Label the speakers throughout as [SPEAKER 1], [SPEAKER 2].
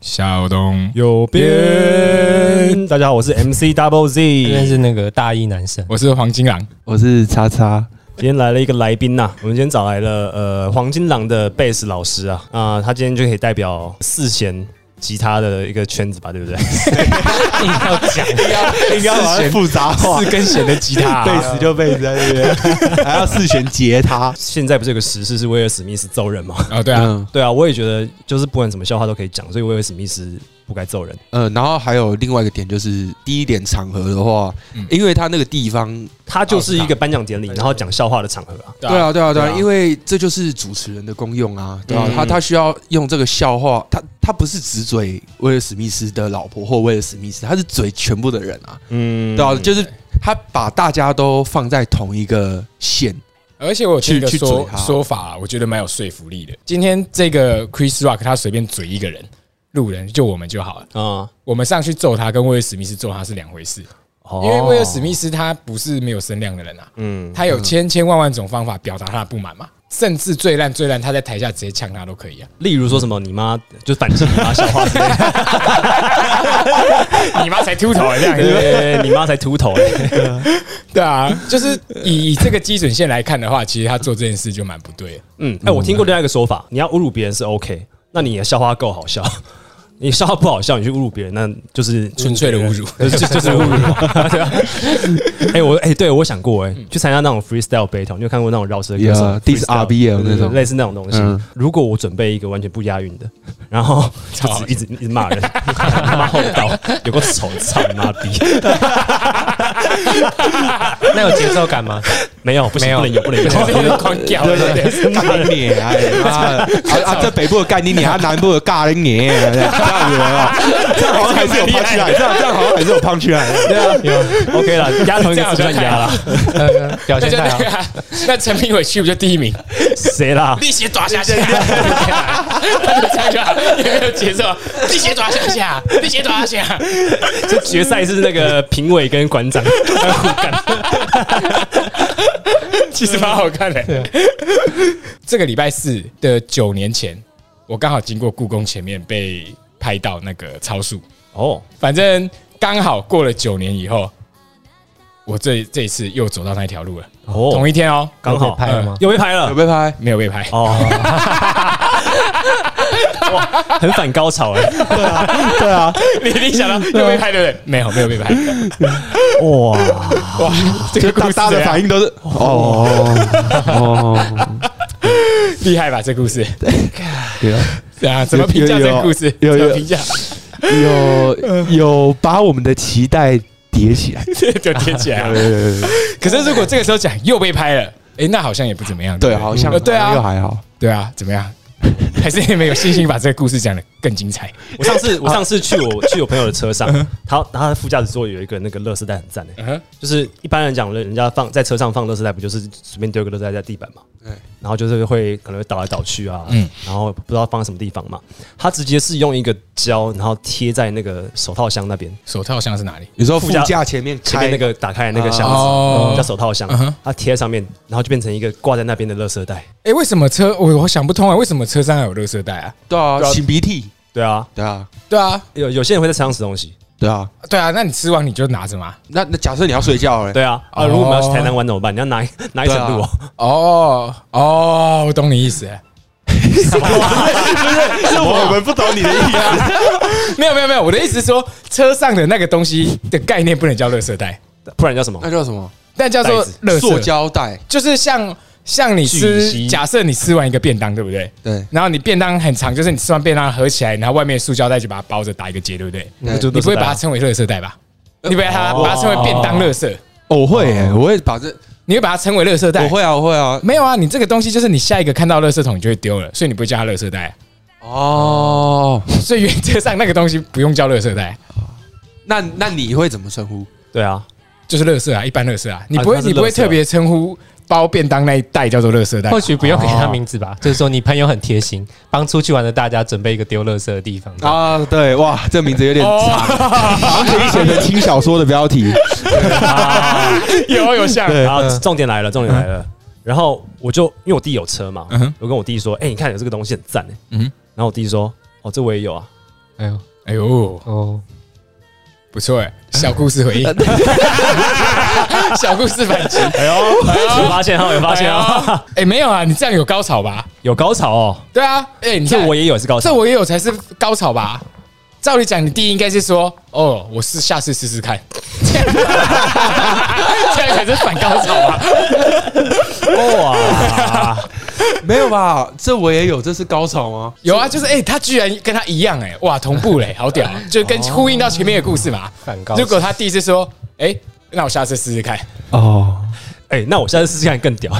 [SPEAKER 1] 小东，
[SPEAKER 2] 有变。大家好，我是 MC Double Z，
[SPEAKER 3] 这
[SPEAKER 1] 哎
[SPEAKER 3] 边是那个大一男生，
[SPEAKER 1] 我是黄金狼，
[SPEAKER 4] 我是叉叉，
[SPEAKER 2] 今天来了一个来宾呐、啊我们今天找来了呃黄金狼的贝斯老师啊，啊、他今天就可以代表四弦吉他的一个圈子吧，对不对？
[SPEAKER 3] 硬要讲，
[SPEAKER 4] 应该好哎像复杂哦化，
[SPEAKER 1] 四根弦的吉他、啊
[SPEAKER 4] 贝斯就贝斯在那 边，还要四弦吉他，
[SPEAKER 2] 现在不是有个时事是威尔史密斯揍人吗？
[SPEAKER 1] 哦，对啊，
[SPEAKER 4] 嗯
[SPEAKER 2] 对啊，我也觉得就是不管什么笑话都可以讲，所以威尔史密斯不该揍人。
[SPEAKER 4] 呃，然后还有另外一个点就是，第一点场合的话
[SPEAKER 1] 嗯，
[SPEAKER 4] 因为他那个地方，
[SPEAKER 2] 他
[SPEAKER 1] 哦
[SPEAKER 2] 就是
[SPEAKER 1] 啊
[SPEAKER 2] 一个颁奖典礼，然后讲笑话的场合啊。
[SPEAKER 1] 对
[SPEAKER 4] 对啊，对啊，对
[SPEAKER 1] 对
[SPEAKER 4] 啊，
[SPEAKER 1] 啊
[SPEAKER 4] 因为这就是主持人的功用啊，对啊
[SPEAKER 2] 嗯，
[SPEAKER 4] 他他需要用这个笑话，他他不是只嘴威尔史密斯的老婆或威尔史密斯，他是嘴全部的人啊，
[SPEAKER 2] 嗯，
[SPEAKER 4] 对啊，就是他把大家都放在同一个线，
[SPEAKER 1] 而且我有听一个
[SPEAKER 4] 去去
[SPEAKER 1] 说
[SPEAKER 4] 嘴他
[SPEAKER 1] 说法、我觉得蛮有说服力的。今天这个 Chris Rock 他随便嘴一个人，路人就我们就好了。
[SPEAKER 2] 啊，
[SPEAKER 1] 我们上去揍他，跟威尔史密斯揍他是两回事，
[SPEAKER 2] 哦
[SPEAKER 1] 因为威尔史，密斯他不是没有声量的人啊，
[SPEAKER 2] 嗯，
[SPEAKER 1] 他有千千万万种方法表达他的不满嘛。甚至最烂最烂，他在台下直接呛他都可以啊！
[SPEAKER 2] 例如说什么你妈就反击你妈笑话之类的。
[SPEAKER 1] 你妈才秃头这样子，
[SPEAKER 2] 对，你妈才秃头、欸。
[SPEAKER 1] 对啊，就是以以这个基准线来看的话，其实他做这件事就蛮不对的。
[SPEAKER 2] 嗯，哎、我听过另外一个说法，你要侮辱别人是 OK，那你的笑话够好笑， 你笑话不好笑，你去侮辱别人，那就是
[SPEAKER 1] 纯粹的侮辱
[SPEAKER 2] 就是就就是侮辱嘛。对啊哎、我哎、对我想过哎、去参加那种 freestyle battle，你有看过那种饶舌歌手
[SPEAKER 4] Yeah，diss
[SPEAKER 2] freestyle，
[SPEAKER 4] RBL
[SPEAKER 2] 对对对
[SPEAKER 4] 那种
[SPEAKER 2] 类似那种东西
[SPEAKER 4] 嗯。
[SPEAKER 2] 如果我准备一个完全不押韵的，然后就
[SPEAKER 1] 好
[SPEAKER 2] 是一直一直骂人，骂厚道，有个丑操你妈逼，
[SPEAKER 3] 那有节奏感吗？
[SPEAKER 2] 没有不行
[SPEAKER 3] 没有
[SPEAKER 2] 不能有不能有，
[SPEAKER 1] 狂屌对对对，
[SPEAKER 4] 干你娘！哎妈的啊啊！这北部的干你娘，啊南部的尬你娘，这样子啊，这样好像还是有 punch line，这样这样好像还是有 punch line。
[SPEAKER 2] OK 了，压同一个字算压了，
[SPEAKER 3] 呃表
[SPEAKER 1] 那
[SPEAKER 3] 现
[SPEAKER 1] 就
[SPEAKER 3] 太
[SPEAKER 1] 那
[SPEAKER 3] 好
[SPEAKER 1] 个。啊、那陈明伟去不就第一名？
[SPEAKER 2] 谁啦？
[SPEAKER 1] 力血抓下下，他就这样就好，有没有节奏？力血抓下下，力血抓下下，
[SPEAKER 2] 这决赛是那个评委跟馆长互干。
[SPEAKER 1] 其实蛮好看的。这个礼拜四的九年前，我刚好经过故宫前面被拍到那个超速，
[SPEAKER 2] 哦，
[SPEAKER 1] 反正刚好过了九年以后，我这这一次又走到那条路了。
[SPEAKER 2] 哦
[SPEAKER 1] 同一天哦，
[SPEAKER 2] 刚
[SPEAKER 3] 有
[SPEAKER 2] 好嗯
[SPEAKER 3] 被拍了吗
[SPEAKER 2] 又被拍了
[SPEAKER 4] 有被拍？
[SPEAKER 1] 没有被拍。
[SPEAKER 2] 哦。 哇，很反高潮哎、
[SPEAKER 1] 你你想到又被拍对不对？没有，没有被拍。
[SPEAKER 2] 哇，
[SPEAKER 1] 哇，这
[SPEAKER 4] 就
[SPEAKER 1] 个故事
[SPEAKER 4] 大大家
[SPEAKER 1] 怎
[SPEAKER 4] 的
[SPEAKER 1] 样
[SPEAKER 4] 反应都是哦哦，
[SPEAKER 1] 厉害吧？这故事
[SPEAKER 4] 对啊，
[SPEAKER 1] 对啊，怎么评价这个故事？
[SPEAKER 4] 有有
[SPEAKER 1] 怎
[SPEAKER 4] 有
[SPEAKER 1] 么评价？
[SPEAKER 4] 有有把我们的期待叠起来。
[SPEAKER 1] 就贴起 来了。
[SPEAKER 4] 对
[SPEAKER 1] 可是如果这个时候讲又被拍了，哎，那好像也不怎么样。
[SPEAKER 4] 对，
[SPEAKER 1] 不
[SPEAKER 4] 好像
[SPEAKER 1] 呃对
[SPEAKER 4] 又
[SPEAKER 1] 啊，
[SPEAKER 4] 还好。
[SPEAKER 1] 对啊，怎么样？ 还是你们有信心把这个故事讲得更精彩？
[SPEAKER 2] 我 上次我上次去我去我朋友的车上，他他的副驾驶座有一个那个垃圾袋很赞哎、
[SPEAKER 1] 嗯哼
[SPEAKER 2] 就是一般人讲人家放在车上放垃圾袋不就是随便丢个垃圾袋在地板嘛，
[SPEAKER 4] 对
[SPEAKER 2] 然后就是会可能会倒来倒去啊，
[SPEAKER 1] 嗯
[SPEAKER 2] 然后不知道放在什么地方嘛，他直接是用一个胶然后贴在那个手套箱那边，
[SPEAKER 1] 手套像是哪里？
[SPEAKER 4] 有时候副
[SPEAKER 2] 副
[SPEAKER 4] 驾
[SPEAKER 2] 驾
[SPEAKER 4] 前面
[SPEAKER 2] 前面
[SPEAKER 4] 开
[SPEAKER 2] 那个打开的那个箱子，
[SPEAKER 1] 哦
[SPEAKER 2] 嗯叫手套箱
[SPEAKER 1] 嗯哼，
[SPEAKER 2] 它贴在上面，然后就变成一个挂在那边的垃圾袋。
[SPEAKER 1] 哎，为什么车我我想不通啊？为什么车上还有垃圾袋啊？
[SPEAKER 4] 对啊，擤鼻涕，
[SPEAKER 2] 对啊，
[SPEAKER 4] 对啊，
[SPEAKER 1] 对啊，
[SPEAKER 2] 有有些人会在车上吃东西。
[SPEAKER 4] 对啊。
[SPEAKER 1] 对啊，那你吃完你就拿着嘛。
[SPEAKER 4] 那那假设你要睡觉嘞，
[SPEAKER 2] 对啊，啊，
[SPEAKER 1] 哦啊
[SPEAKER 2] 如果我们要去台南玩怎么办？你要拿一拿一整路哦。
[SPEAKER 1] 哦哦，我懂你意思了。
[SPEAKER 4] 是我们不懂你的意思。
[SPEAKER 1] 没有没有没有，我的意思是说，车上的那个东西的概念不能叫垃圾袋，
[SPEAKER 2] 不然叫什么？
[SPEAKER 4] 那叫什么？
[SPEAKER 1] 但叫做
[SPEAKER 2] 袋子
[SPEAKER 1] 垃圾
[SPEAKER 4] 塑，胶袋。
[SPEAKER 1] 就是像像你
[SPEAKER 2] 聚乙
[SPEAKER 1] 吃，
[SPEAKER 2] 烯
[SPEAKER 1] 假设你吃完一个便当，对不对？
[SPEAKER 4] 对
[SPEAKER 1] 然后你便当很长，就是你吃完便当合起来，然后外面塑胶袋就把它包着打一个结，对不对？
[SPEAKER 4] 对
[SPEAKER 2] 就
[SPEAKER 1] 你不会把它
[SPEAKER 2] 它
[SPEAKER 1] 称为垃圾袋吧？你不会把它
[SPEAKER 2] 哦
[SPEAKER 1] 把它称为便当垃圾，
[SPEAKER 4] 我会耶，我会把这，
[SPEAKER 1] 你会把它称为垃圾袋？
[SPEAKER 4] 我会啊，我会啊。
[SPEAKER 1] 没有啊，你这个东西就是你下一个看到垃圾桶你就会丢了，所以你不会叫它垃圾袋。
[SPEAKER 4] 哦，
[SPEAKER 1] 所以原则上那个东西不用叫垃圾袋，
[SPEAKER 4] 那那你会怎么称呼？
[SPEAKER 2] 对 啊，
[SPEAKER 1] 就是垃圾啊，一般垃圾啊，你不会
[SPEAKER 2] 它是
[SPEAKER 1] 你不会
[SPEAKER 2] 垃圾啊
[SPEAKER 1] 特别称呼包便当那一袋叫做垃圾袋吧
[SPEAKER 3] 或许不用给他名字吧，就是说你朋友很贴心，帮出去玩的大家准备一个丢垃圾的地方。
[SPEAKER 4] 啊，对，哇，这名字有点长，好像以前的轻小说的标题。
[SPEAKER 1] 有有像，
[SPEAKER 4] 对
[SPEAKER 2] 然后重点来了，重点来了。然后我就因为我弟嗯有车嘛，我跟我弟说，哎，你看有这个东西很赞哎。
[SPEAKER 1] 嗯哼
[SPEAKER 2] 然后我弟说，哦，这我也有啊。
[SPEAKER 3] 哎呦，
[SPEAKER 1] 哎呦，
[SPEAKER 3] 哦，
[SPEAKER 1] 不错哎，小故事回应， 小故事反击，
[SPEAKER 2] 哎呦，有发现哈，哦有发现哈，
[SPEAKER 1] 哎，没有啊，你这样有高潮吧？
[SPEAKER 2] 有高潮哦，
[SPEAKER 1] 对啊，哎，你看
[SPEAKER 2] 这我也有是高
[SPEAKER 1] 这
[SPEAKER 2] 潮，
[SPEAKER 1] 我也有才是高潮吧？照理讲，你第一应该是说，哦，我试下次试试 看，这样才是反高潮吧？
[SPEAKER 2] 哇，
[SPEAKER 4] 没有吧？这我也有，这是高潮吗？
[SPEAKER 1] 有啊，就是哎、他居然跟他一样哎、哇，同步嘞、 好屌，啊就跟呼应到前面的故事嘛。
[SPEAKER 3] 反高潮
[SPEAKER 1] 如果他第一次说，哎、那我下次试试 看，
[SPEAKER 4] 哦，
[SPEAKER 2] 哎，那我下次试试看更 屌。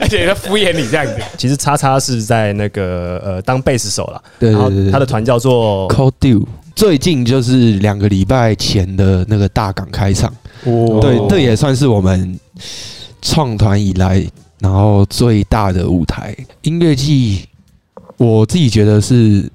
[SPEAKER 1] 而且他敷衍你这样子，
[SPEAKER 2] 其实叉叉是在那个呃当贝斯手啦，
[SPEAKER 4] 对对
[SPEAKER 2] 然后
[SPEAKER 4] 对对
[SPEAKER 2] 他的团叫做
[SPEAKER 4] c o d u 最近就是两个礼拜前的那个大港开场，
[SPEAKER 2] 哦
[SPEAKER 4] 对，这也算是我们创团以来然后最大的舞台音乐季，我自己觉得是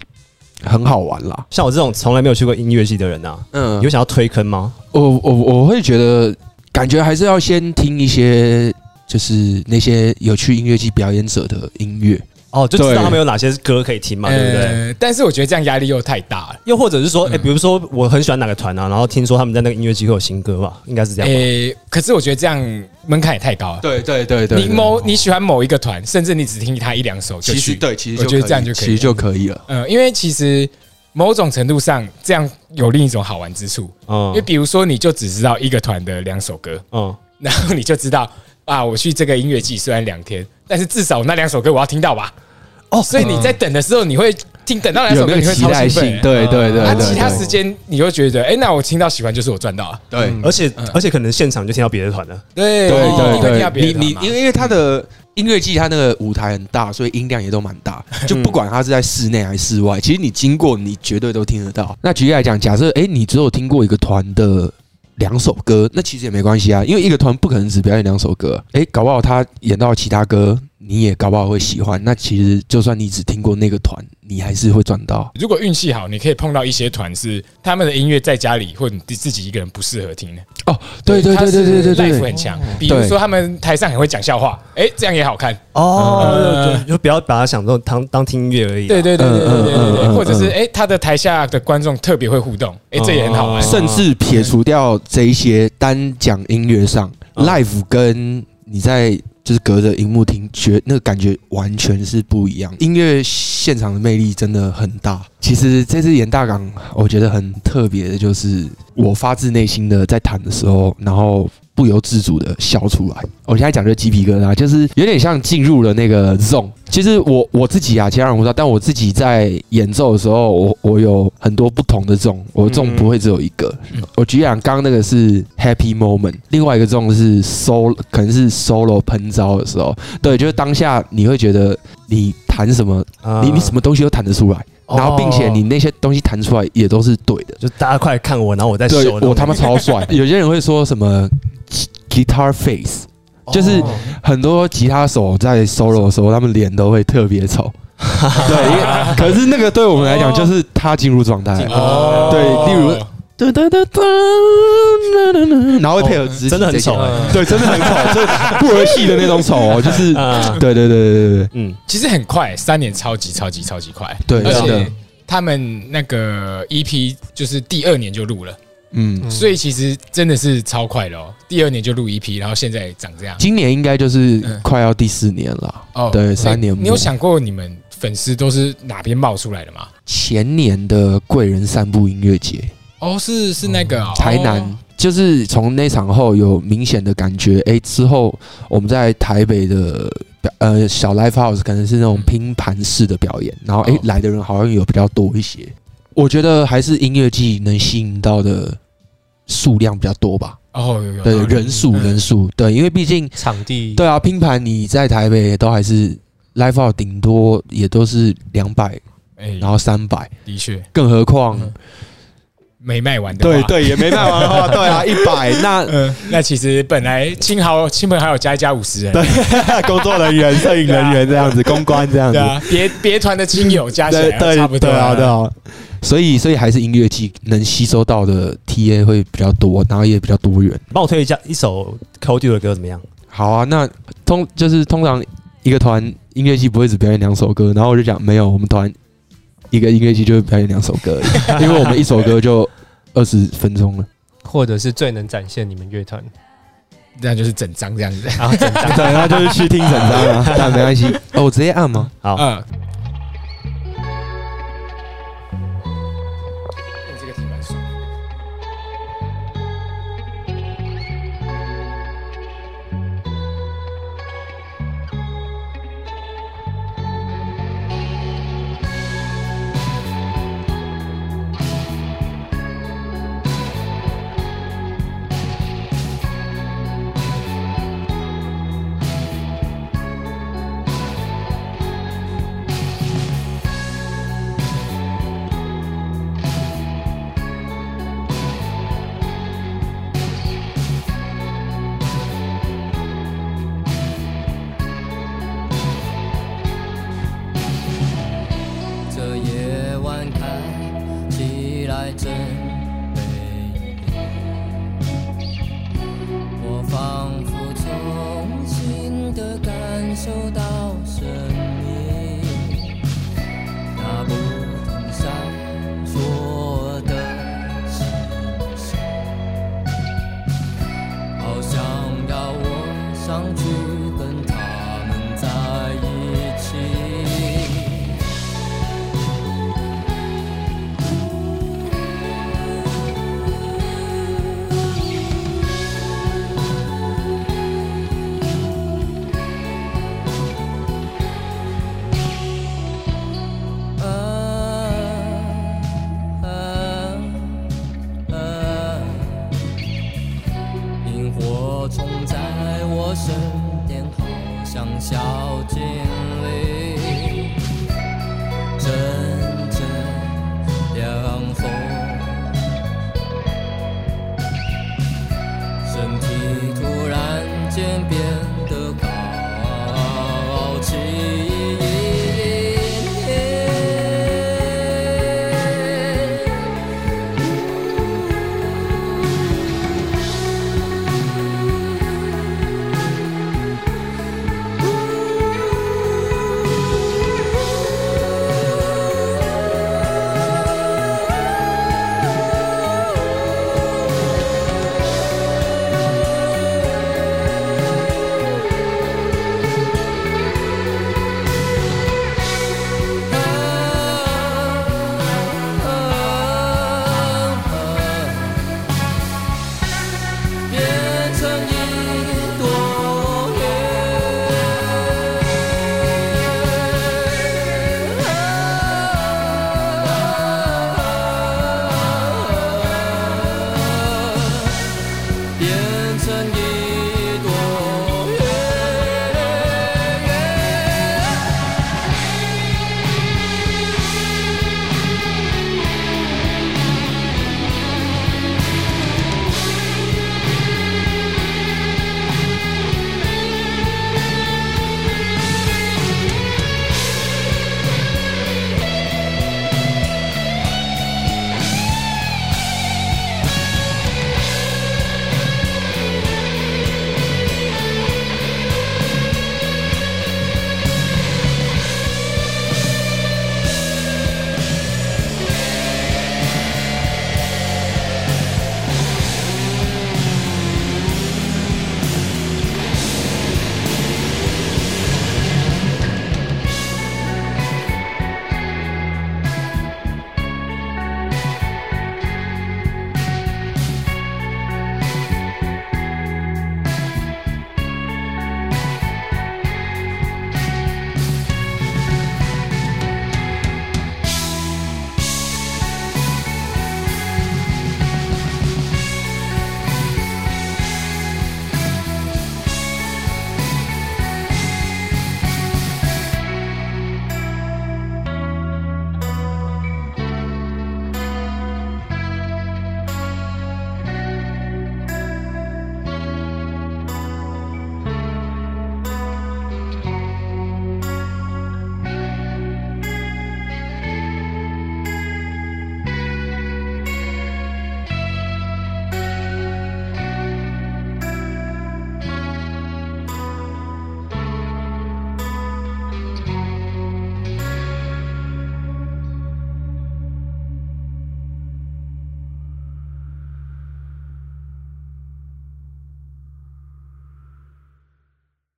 [SPEAKER 4] 很好玩啦。
[SPEAKER 2] 像我这种从来没有去过音乐系的人呐、啊，
[SPEAKER 4] 嗯
[SPEAKER 2] 你会想要推坑吗？
[SPEAKER 4] 我我我会觉得，感觉还是要先听一些，就是那些有去音乐季表演者的音乐。
[SPEAKER 2] 哦，就知
[SPEAKER 4] 对哎
[SPEAKER 2] 道他们有哪些歌可以听嘛，对不对？
[SPEAKER 1] 呃但是我觉得这样压力又太大了。
[SPEAKER 2] 又或者是
[SPEAKER 4] 嗯
[SPEAKER 2] 说，哎、比如说我很喜欢哪个团啊，然后听说他们在那个音乐季会有新歌吧，应该是这
[SPEAKER 1] 哎、
[SPEAKER 2] 样吧。
[SPEAKER 1] 可是我觉得这样门槛也太高了。
[SPEAKER 4] 对对对
[SPEAKER 1] 你某你喜欢某一个团，甚至你只听他一两首就去，
[SPEAKER 4] 其
[SPEAKER 1] 我觉得这样就可以
[SPEAKER 4] 其实就可以了。
[SPEAKER 1] 呃，因为其实某种程度上，这样有另一种好玩之处。因为
[SPEAKER 2] 嗯
[SPEAKER 1] 比如说，你就只知道一个团的两首歌，
[SPEAKER 2] 嗯，
[SPEAKER 1] 然后你就知道啊，我去这个音乐季虽然两天，但是至少那两首歌我要听到吧。哦，所以你在等的时候，你会听等到两首
[SPEAKER 4] 有没
[SPEAKER 1] 歌，
[SPEAKER 4] 有
[SPEAKER 1] 你会
[SPEAKER 4] 期
[SPEAKER 1] 超
[SPEAKER 4] 待
[SPEAKER 1] 兴
[SPEAKER 4] 性
[SPEAKER 1] 奋。？
[SPEAKER 4] 对对对
[SPEAKER 1] 那
[SPEAKER 4] 对，
[SPEAKER 1] 啊其他
[SPEAKER 4] 对
[SPEAKER 1] 时间你会觉得，哎，那我听到喜欢就是我赚到了。
[SPEAKER 4] 对嗯
[SPEAKER 2] 而且、而且可能现场就听到别的团了。
[SPEAKER 1] 对一定会听到别
[SPEAKER 4] 你
[SPEAKER 1] 的团
[SPEAKER 4] 你
[SPEAKER 1] 嘛
[SPEAKER 4] 因为因为他的音乐季，他那个舞台很大，所以音量也都蛮 大。就不管他是在室内还是室外，其实你经过，你绝对都听得到。那举例来讲，假设诶你只有听过一个团的。两首歌，那其实也没关系啊，因为一个团不可能只表演两首歌。诶，搞不好他演到其他歌，你也搞不好会喜欢。那其实就算你只听过那个团，你还是会赚到。
[SPEAKER 1] 如果运气好，你可以碰到一些团是他们的音乐在家里或你自己一个人不适合听的。
[SPEAKER 4] 哦，对对对对对对
[SPEAKER 1] 他是 life
[SPEAKER 4] 对
[SPEAKER 1] 很强。比如说他们台上很会讲笑话，哎，这样也好看。
[SPEAKER 2] 哦
[SPEAKER 1] 嗯
[SPEAKER 2] 就就不要把它想成当当听音乐而已啊、
[SPEAKER 1] 对对对对对对对
[SPEAKER 4] 嗯嗯嗯
[SPEAKER 1] 对，
[SPEAKER 4] 嗯
[SPEAKER 1] 或者是哎，他的台下的观众特别会互动，哎，这也很好玩。
[SPEAKER 2] 哦
[SPEAKER 4] 甚至撇除掉这一些，单讲音乐上、
[SPEAKER 2] 嗯
[SPEAKER 4] l i f e 跟你在就是隔着荧幕听，觉那个感觉完全是不一样。音乐现场的魅力真的很大。其实这次演大港，我觉得很特别的，就是我发自内心的在弹的时候，然后。不由自主的笑出来，我现在讲就鸡皮疙瘩，就是有点像进入了那个 zone。其实我我自己啊，其他人我不知道，但我自己在演奏的时候，我我有很多不同的 zone，我的 zone 不会只有一个。我举例讲，刚刚那个是 happy moment，另外一个这种是 solo，可能是 solo 喷招的时候，对，就是当下你会觉得你弹什么，
[SPEAKER 2] 啊
[SPEAKER 4] 你你什么东西都弹得出来，然后并且你那些东西弹出来也都是对的，
[SPEAKER 2] 就大家快来看我，然后我在
[SPEAKER 4] 对
[SPEAKER 2] 秀。
[SPEAKER 4] 我他妈超帅。有些人会说什么 guitar face，就是很多吉他手在 solo 的时候，他们脸都会特别丑。对，因为可是那个对我们来讲，就是他进入状态了。
[SPEAKER 1] 哦
[SPEAKER 4] 对例如哒哒哒哒，然后会配合肢体，
[SPEAKER 2] 真的很丑、欸。
[SPEAKER 4] 对，真的很丑，就是不儿戏的那种丑哦，就是，
[SPEAKER 2] 啊
[SPEAKER 4] 对对对对对对，
[SPEAKER 2] 嗯，
[SPEAKER 1] 其实很快，三年超级超级超级快，
[SPEAKER 4] 对
[SPEAKER 1] 而
[SPEAKER 4] 是的
[SPEAKER 1] 且他们那个 EP 就是第二年就录了，
[SPEAKER 4] 嗯，
[SPEAKER 1] 所以其实真的是超快的哦，第二年就录 EP，然后现在长这样。
[SPEAKER 4] 今年应该就是快要第四年了，
[SPEAKER 1] 哦
[SPEAKER 4] 对，三年
[SPEAKER 1] 你
[SPEAKER 4] 末，
[SPEAKER 1] 你有想过你们粉丝都是哪边冒出来的吗？
[SPEAKER 4] 前年的贵人散步音乐节，
[SPEAKER 1] 哦，是是那个哦
[SPEAKER 4] 台南。就是从那场后有明显的感觉，哎、之后我们在台北的呃小 live house 可能是那种拼盘式的表演，然后哎、诶
[SPEAKER 1] 哦
[SPEAKER 4] 来的人好像有比较多一些，我觉得还是音乐季能吸引到的数量比较多吧，
[SPEAKER 1] 哦，有有
[SPEAKER 4] 对啊
[SPEAKER 1] 有
[SPEAKER 4] 人数
[SPEAKER 1] 嗯
[SPEAKER 4] 人数对，因为毕竟
[SPEAKER 3] 场地
[SPEAKER 4] 对啊拼盘你在台北都还是 live house 顶多也都是两百，
[SPEAKER 1] 哎
[SPEAKER 4] 然，后三百，
[SPEAKER 1] 的确
[SPEAKER 4] 更何况
[SPEAKER 1] 嗯没卖完的话，
[SPEAKER 4] 对也没办法的话，对啊一百那
[SPEAKER 1] 嗯，那其实本来亲好亲朋好友加一加五十人，对
[SPEAKER 4] 工作人员、摄影人员这样子，公关这样子，
[SPEAKER 1] 啊，别别团的亲友加起来差不多
[SPEAKER 4] 对啊，对啊。所以，所以还是音乐季能吸收到的 TA 会比较多，然后也比较多元。
[SPEAKER 2] 帮我推一下一首 Cody 的歌怎么样？
[SPEAKER 4] 好啊，那通就是通常一个团音乐季不会只表演两首歌，然后我就讲没有，我们团一个音乐剧就会表演两首歌 而已，因为我们一首歌就二十分钟了。
[SPEAKER 3] 或者是最能展现你们乐团，
[SPEAKER 1] 那就是整张这样子。
[SPEAKER 3] 然后整张
[SPEAKER 4] 对，然后就是去听整张 啊，但没关系。哦，我直接按吗？
[SPEAKER 2] 好，
[SPEAKER 1] 嗯，这个题蛮爽。
[SPEAKER 5] 这夜晚看起来真美丽，我仿佛重新的感受到生命，那不停闪烁的星星，好想要我上去跟他们在一起。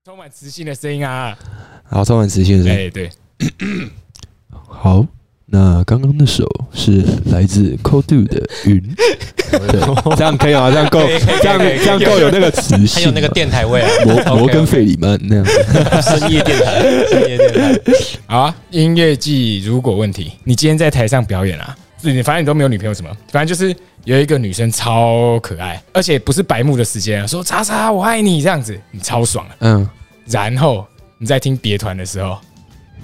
[SPEAKER 1] 充满磁性的声音啊！
[SPEAKER 4] 好，充满磁性的声音。
[SPEAKER 1] 哎，对，
[SPEAKER 4] 好，那刚刚那首是来自 Cold d o 的《云》，对， 这样可以吗？这样够，这样这样够有那个磁性，
[SPEAKER 3] 还有那个电台味啊，
[SPEAKER 4] 摩
[SPEAKER 3] OK，
[SPEAKER 4] 摩根费里曼那样。
[SPEAKER 2] 深夜电 台，
[SPEAKER 3] 深夜电台
[SPEAKER 1] 好啊。音乐季如果问题，你今天在台上表演啊，是你反正你都没有女朋友什么，反正就是有一个女生超可爱，而且不是白目的时间啊，说叉叉我爱你这样子，你超爽啊。
[SPEAKER 4] 嗯，
[SPEAKER 1] 然后你在听别团的时候，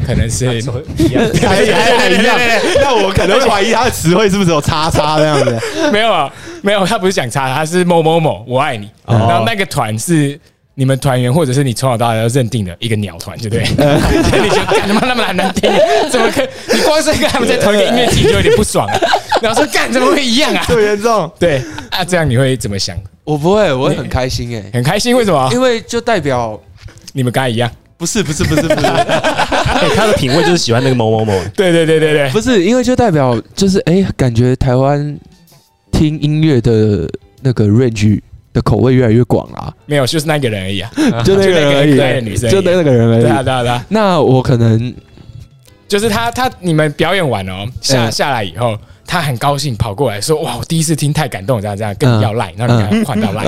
[SPEAKER 1] 可能是
[SPEAKER 3] 一样
[SPEAKER 4] 还一样，那我可能会怀疑他的词汇是不是有叉叉这样子。
[SPEAKER 1] 没有啊，没有，他不是想插，他是某某某，我爱你。然后那个团是你们团员或者是你从小到大要认定的一个鸟团，对不对？所以你觉得干他妈那么难难听，怎么可？你光是跟他们在同一个音乐季就有点不爽了。然后说干怎么会一样啊？
[SPEAKER 4] 么严重？
[SPEAKER 1] 对啊，这样你会怎么想？
[SPEAKER 4] 我不会，我会很开心哎，
[SPEAKER 1] 很开心，为什么？
[SPEAKER 4] 因为就代表
[SPEAKER 1] 你们跟他一样？
[SPEAKER 4] 不是不是不是不是
[SPEAKER 2] 哎他的品味就是喜欢那个某 某某，
[SPEAKER 1] 对对对对对，
[SPEAKER 4] 不是，因为就代表就是哎，感觉台湾听音乐的那个 range 的口味越来越广啊，
[SPEAKER 1] 没有，就是那个人而已啊。
[SPEAKER 4] 就那个人而已
[SPEAKER 1] 就那个可爱的女生而已
[SPEAKER 4] 就那个人而
[SPEAKER 1] 对啊
[SPEAKER 4] 已。
[SPEAKER 1] 对啊对啊，
[SPEAKER 4] 那我可能
[SPEAKER 1] 就是他他你们表演完哦，下
[SPEAKER 4] 嗯
[SPEAKER 1] 下来以后，他很高兴跑过来说：“哇，我第一次听太感动，这样这样，
[SPEAKER 4] 嗯
[SPEAKER 1] 跟你要赖，然后你赶快换到赖。”